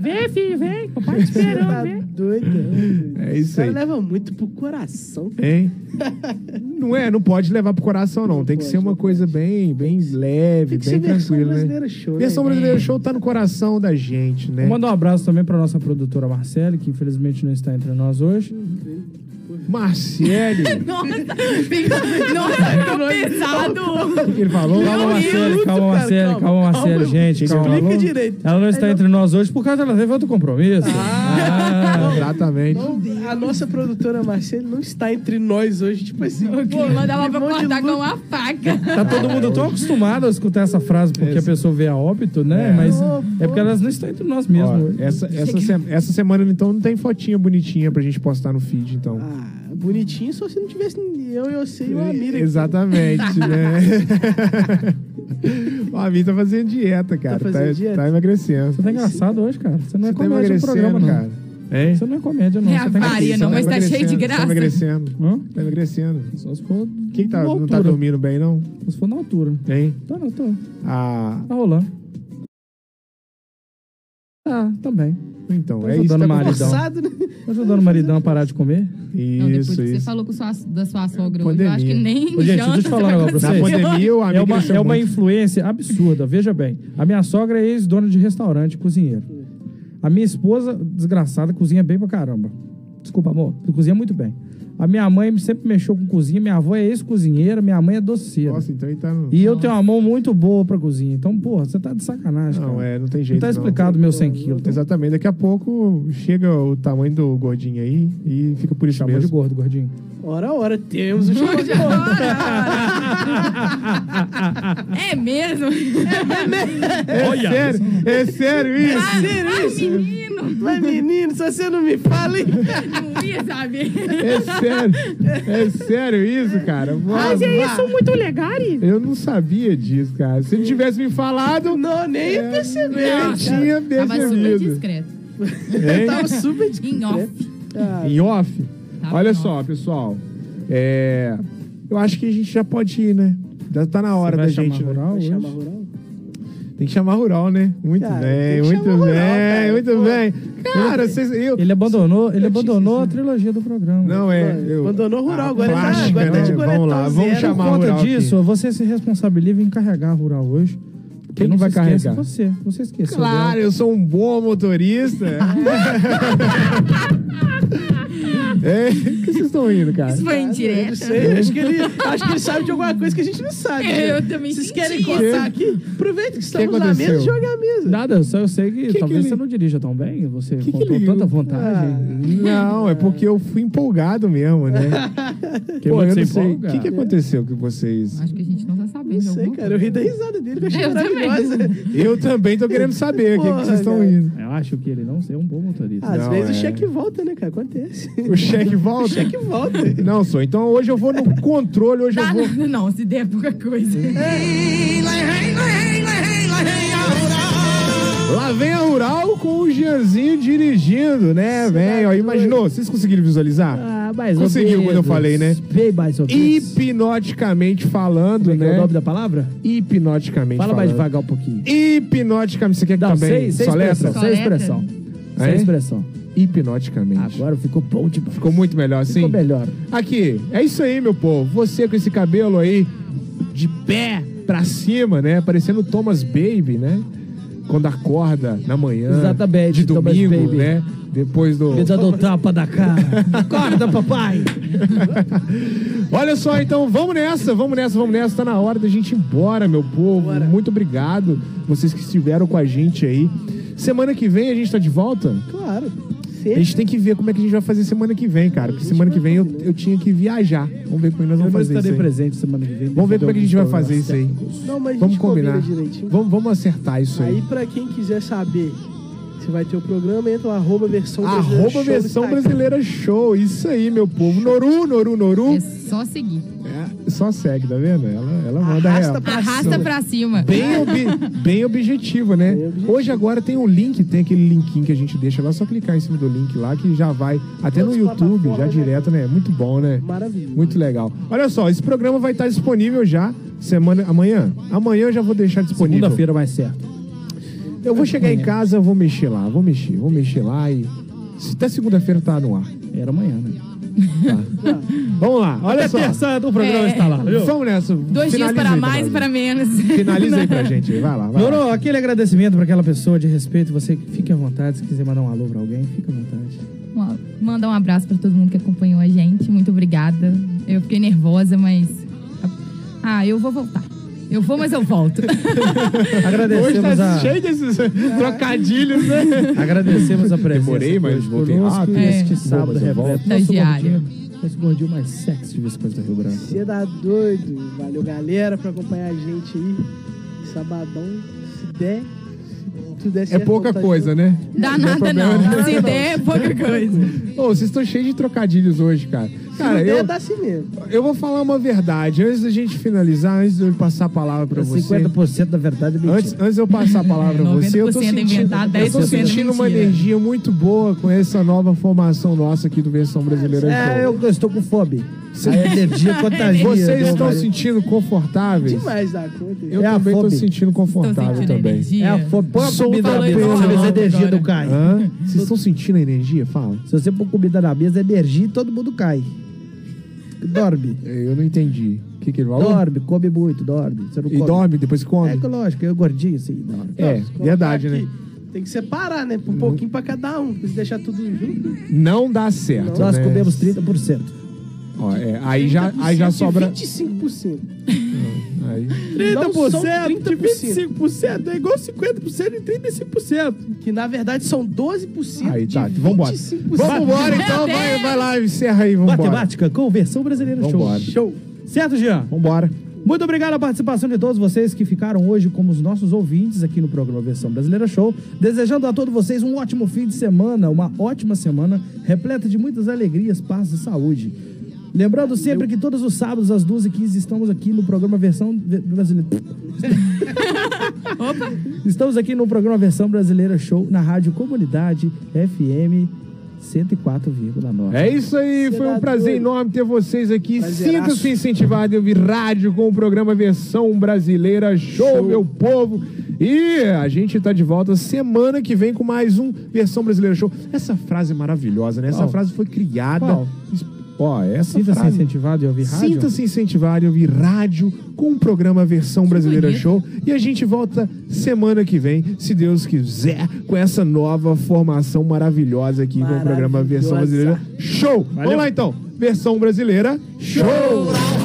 B: Vem, filho, vem. Papai te esperando, vem.
F: doido. doido.
E: É isso
F: Esse cara
E: aí.
F: leva muito pro coração.
E: Hein? não é, não pode levar pro coração, não.
F: Não
E: Tem que
F: pode,
E: ser uma
F: não
E: coisa bem, bem leve,
F: Tem que ser
E: bem
F: versão
E: tranquila, né?
F: brasileira show. né?
E: Versão brasileira show tá no coração da gente, né?
B: Manda um abraço também pra nossa produtora Marcele, que infelizmente não está entre nós hoje.
E: Marciele, o
G: Nossa, fica, nossa, ficou pesado.
E: que que ele falou?
B: Calma, Marcele, calma,
F: cara,
B: Marcele, calma,
F: calma,
B: Marcele,
F: calma.
B: gente, calma.
F: Explica
B: Alô?
F: direito.
B: Ela não está
F: Aí
B: entre nós hoje por causa dela teve outro compromisso. Ah,
E: Exatamente.
F: Então, A nossa produtora Marcela não está entre nós hoje, tipo assim.
G: Pô,
E: Um
G: mandava pra
F: Limão de
G: cortar com
F: luto.
G: uma faca.
B: Tá todo mundo tão acostumado a escutar essa frase porque a pessoa vê a óbito, né? Mas é porque elas não estão entre nós mesmo.
E: Ó,
B: hoje.
E: essa, essa, se- essa semana, então, não tem fotinha bonitinha pra gente postar no feed, então.
F: Ah, bonitinho, só se não tivesse eu, eu sei, o Amira.
E: Exatamente, né? o Ami tá fazendo dieta, cara. Tá,
F: fazendo dieta?
E: tá emagrecendo.
B: Você tá engraçado hoje, cara. Você não é
E: Você tá
B: comédia no programa, não.
E: cara. Hein?
B: Você não é comédia, não. Você
G: É
B: tá
G: a Maria,
B: engraçado.
G: não, mas tá
E: emagrecendo,
G: cheio de
E: Tá
G: graça.
E: emagrecendo.
B: Hã?
E: Tá emagrecendo.
B: Só se for.
E: Quem que tá,
B: na
E: não
B: altura.
E: tá dormindo bem, não?
B: Só se for na altura.
E: Hein?
B: Tá, não, tô.
E: Ah,
B: Tá rolando. Tá, também.
E: então,
B: Tá
E: é isso que
B: ajudando
E: tá
B: o marido.
E: acontecendo.
F: Forçado, né?
B: Tô ajudando o maridão a parar de comer.
G: Não, depois
E: Isso,
G: que você
E: isso.
G: falou com sua, da sua sogra hoje, eu
E: Pandemia.
G: acho que nem
B: Ô, gente,
G: janta
B: deixa eu te falar um
G: você
B: negócio pra
E: Na
G: vai
B: vocês.
G: conseguir.
E: pandemia, o amigo
B: É uma,
E: cresceu
B: é uma
E: muito.
B: influência absurda, veja bem. A minha sogra é ex-dona de restaurante, e cozinheira. A minha esposa, desgraçada, cozinha bem pra caramba. Desculpa, amor, tu cozinha muito bem. A minha mãe sempre mexeu com cozinha, minha avó é ex-cozinheira, minha mãe é doceira.
E: Nossa, então ele tá... no-
B: e eu tenho uma mão muito boa pra cozinha. Então, porra, você tá de sacanagem,
E: Não,
B: cara.
E: é, não tem jeito,
B: tá
E: não.
B: explicado meu 100 quilos. Tá?
E: Exatamente, daqui a pouco chega o tamanho do gordinho aí e fica por isso
B: Chamou de
E: mesmo.
B: gordo, gordinho.
F: Ora, ora, temos um chamado de volta.
G: É mesmo?
E: É sério, é sério isso?
G: Ai, menino, um
F: Mas, menino, se você não me fala, hein?
G: não ia saber.
E: É sério, é sério isso, cara?
G: Ah,
E: Mas é isso muito legal, Eu não sabia disso, cara. Se ele tivesse me falado,
F: Não, nem
E: É,
F: ia perceber.
E: eu tinha
G: Tava super
E: percebido.
G: discreto.
E: Hein?
F: Tava super de... Ah,
G: Em off.
E: Em off?
G: Tá
E: Olha
G: bom.
E: só, pessoal. É, Eu acho que a gente já pode ir, né? Já tá na hora da
B: vai chamar
E: gente. né?
B: rural hoje?
F: Chama rural?
E: Tem que chamar rural, né? Muito
F: Cara,
E: bem,
F: tem que
E: muito bem,
F: chamar rural, cara.
E: muito
F: Pô.
E: bem. Cara, vocês. Eu...
B: Ele abandonou, ele
E: Eu te-
B: abandonou a trilogia do programa.
E: Não, é. Eu...
F: Abandonou rural, agora tá-
E: plástica,
F: agora tá de
E: né? Vamos
F: coletão
E: lá,
F: zero.
E: vamos
F: Por
B: Por
E: chamar
B: conta
E: rural. aqui.
B: disso, você se responsabiliza em carregar a rural hoje. Porque
E: Quem
B: não
E: que
B: vai
E: vai
B: esquece
E: carregar?
B: Você. Você esqueceu.
E: Claro,
B: dela.
E: eu sou um bom motorista. é. O
B: né?
E: que vocês estão indo, cara?
G: Isso foi
F: Não
G: indireto.
F: sei, acho que, ele, acho que ele sabe de alguma coisa que a gente não sabe.
G: É,
F: né?
G: eu também
F: Vocês
G: senti
F: querem
G: isso.
F: contar aqui? Aproveita que estamos na
E: aconteceu?
F: mesa e joga a mesa.
B: Nada, só eu sei que,
E: que
B: talvez
E: ele-
B: você não dirija tão bem. Você
E: que
B: contou
E: ele-
B: tanta vantagem.
E: Não, é porque eu fui empolgado mesmo, né? Que
K: é
B: Pode
E: eu
B: ser
E: não sei. O
B: empolgado.
E: que, que
K: né?
E: aconteceu com vocês?
G: Acho que a gente não tá sabendo.
F: Não sei,
G: alguma
F: cara. Eu ri da risada dele, que eu achei
G: Eu também.
F: maravilhosa.
E: Eu também tô querendo saber o que, que
F: Porra,
E: vocês estão
K: né?
F: cara.
E: indo.
B: Eu acho que ele não é um bom motorista.
F: Às
E: Não,
F: vezes
E: é.
F: o cheque volta, né, cara? Acontece.
E: O cheque volta?
F: cheque volta.
E: Não, sou. Então hoje eu vou no controle, hoje eu
G: Tá,
E: vou. É.
G: não, não, se der pouca coisa.
E: Lá vem a Rural com o Gianzinho dirigindo, né, velho? Ó, Imaginou? Vocês conseguiram visualizar?
K: Ah, mais
E: Conseguiu quando eu falei, né?
K: Bem mais ou menos.
E: Hipnoticamente falando,
K: Como é que é o
E: né?
K: nome da palavra?
E: Hipnoticamente
K: Fala mais
E: falando.
K: devagar um pouquinho.
E: Hipnoticamente. Você quer que
K: Não,
E: também
K: sem, sem
E: só
K: expressão, sem
E: letra?
G: Só letra?
K: expressão. Sem
E: Hein?
K: expressão.
E: Hipnoticamente.
K: Agora ficou bom demais.
E: Ficou muito melhor assim?
K: Ficou melhor.
E: Aqui, é isso aí, meu povo. Você com esse cabelo aí de pé pra cima, né? Parecendo o Thomas Baby, né? Quando acorda na manhã.
K: Exatamente,
E: De
K: Thomas
E: domingo,
K: Baby.
E: né? Depois do.
K: Me dando um tapa da cara. Acorda, papai.
E: Olha só, então, vamos nessa, vamos nessa, vamos nessa. Tá na hora da gente ir embora, meu povo. Muito obrigado, vocês que estiveram com a gente aí. Semana que vem a gente tá de volta?
F: Claro.
E: A gente tem que ver como é que a gente vai fazer semana que vem, cara. Porque semana que vem eu, eu tinha que viajar. Vamos ver como é que nós
K: Eu
E: vamos
K: não
E: fazer isso
K: estarei
E: aí.
K: presente semana que vem.
E: Vamos ver como é que a gente vai
K: devido
E: fazer
K: alguns
E: isso aí.
F: Não, mas a gente
E: Vamos
F: combina
E: combinar.
F: direitinho.
E: Vamos, vamos acertar isso aí.
F: Aí, pra quem quiser saber se vai ter o programa, entra lá, arroba versão brasileira. show
E: Arroba
F: no
E: versão
F: Instagram.
E: brasileira show. Isso aí, meu povo. Noru, Noru, Noru.
G: É só seguir.
E: É, só segue, tá vendo? Ela, ela manda
F: Arrasta
E: real.
F: pra
G: Arrasta pra cima.
E: Bem, objetiva, bem objetivo, né?
F: Né? Bem objetivo.
E: Hoje agora tem um link, tem aquele linkinho que a gente deixa lá, é só clicar em cima do link lá que já vai até no
F: Todas as
E: YouTube, já
F: plataformas,
E: direto, né? Muito bom, né?
F: Maravilha.
E: Muito legal. Olha só, esse programa vai estar disponível já semana amanhã. Amanhã eu já vou deixar disponível.
K: Segunda-feira mais certo.
E: Eu vou chegar em casa, vou mexer lá, vou mexer, vou mexer lá e Se até segunda-feira tá no ar.
B: Era amanhã, né?
E: Vamos lá, olha
H: Até
E: só.
H: terça o programa
G: É.
H: está lá, viu?
B: um
E: Vamos nessa.
G: Dois dias
E: Finaliza
G: para
E: aí,
G: mais e para
E: Fernando.
G: menos.
E: Finaliza aí pra gente. Vai lá, vai lá.
B: Loro, aquele agradecimento pra aquela pessoa de respeito. Você fique à vontade. Se quiser mandar um alô pra alguém, fique à vontade.
G: Uma- Mandar um abraço para todo mundo que acompanhou a gente. Muito obrigada. Eu fiquei nervosa, mas. Ah, eu vou voltar. Eu vou, mas eu volto.
E: Hoje
B: Agradecemos
E: tá
B: a,
E: cheio desses trocadilhos, né?
B: agradecemos a presença.
E: Demorei, mas
B: hoje
E: voltei
B: conosco
E: rápido.
B: e
G: É.
B: Este
G: Bom,
B: sábado
E: mas eu
B: repleto.
E: volto.
B: Nosso
G: Estagiário.
B: gordinho- Nosso gordinho mais sexy de Visconde do Rio Branco.
F: Você dá doido. Valeu, galera, pra acompanhar a gente aí. Sabadão, se der, se tudo der
E: É
F: certo,
E: pouca
F: tá
E: coisa, né?
G: Dá nada,
E: problema,
G: não. Se der, é pouca coisa.
E: Ô, vocês estão cheios de trocadilhos hoje, cara.
F: junto. Se
E: Cara,
F: não der,
E: né? eu,
F: dá assim mesmo.
E: eu vou falar uma verdade. Antes da gente finalizar, antes de eu passar a palavra pra você.
B: 50% da verdade é mentira.
E: Antes, antes de eu passar a palavra a você, eu tô
G: 90% é
E: sentindo,
G: inventado,
E: eu tô
G: 10% é
E: sentindo uma
G: mentira.
E: energia muito boa com essa nova formação nossa aqui do Versão Brasileira
B: É,
E: Show.
B: eu, eu estou com fome. Aí a energia contagia.
E: Vocês
B: né,
E: estão
B: Maria?
E: sentindo confortáveis?
F: Demais da conta.
E: Eu
B: É a
E: também tô
B: fome.
E: sentindo
G: Tô
E: confortável
G: sentindo
E: também.
G: energia.
B: É a fome. Põe a
E: Sou
B: comida na
G: valendo
B: mesa pra ver se a
G: agora.
B: energia não cai.
E: Hã? Vocês estão sentindo a energia? Fala.
B: Se você pôr comida na mesa, energia e todo mundo cai. Dorme.
E: Eu não entendi. O que, que ele falou?
B: Dorme, come muito, dorme. Você não
E: E
B: come.
E: dorme, depois
B: É
E: come.
B: que lógico, eu gordinho, sim, dorme.
E: É,
F: Nossa,
E: verdade,
F: colocar
E: né?
F: aqui. Tem que separar, né? Por um pouquinho pra cada um. Se deixar tudo junto.
E: Não dá certo.
B: Nós
E: né?
B: comemos 30%.
E: Ó, é, aí, já, aí já
F: 30% e
E: sobra.
F: 25%.
E: Aí.
F: Não são 30%.
H: 25% é igual 50% e 35%.
F: Que na verdade são 12%
E: Aí,
F: de
E: tá, vambora.
F: 25%.
E: Vamos embora então, vai, vai lá, encerra aí, vamos embora.
B: Matemática com versão brasileira
E: Vambora.
B: show.
F: Show.
B: Certo, Jean?
E: Vambora.
B: Muito obrigado à participação de todos vocês que ficaram hoje como os nossos ouvintes aqui no programa Versão Brasileira Show. Desejando a todos vocês um ótimo fim de semana, uma ótima semana, repleta de muitas alegrias, paz e saúde. Lembrando sempre que todos os sábados às 12h15 estamos aqui no programa Versão Ve- Brasileira. Estamos aqui no programa Versão Brasileira Show na Rádio Comunidade FM 104,9.
E: É isso aí, foi um
F: Senador.
E: prazer enorme ter vocês aqui.
F: Prazeraço.
E: Sinta-se incentivado a ouvir rádio com o programa Versão Brasileira Show, meu povo. E a gente tá de volta semana que vem com mais um Versão Brasileira Show. Essa frase é maravilhosa, né? Essa
B: Qual?
E: frase foi criada.
B: Qual?
E: Ó, essa
B: Sinta-se
E: frase.
B: incentivado a ouvir rádio.
E: Sinta-se incentivado a ouvir rádio com o programa Versão Brasileira
G: bonito.
E: Show. E a gente volta semana que vem, se Deus quiser, com essa nova formação maravilhosa aqui com o programa Versão
F: Maravilhosa.
E: Brasileira Show. Vamos lá então, Versão Brasileira Show.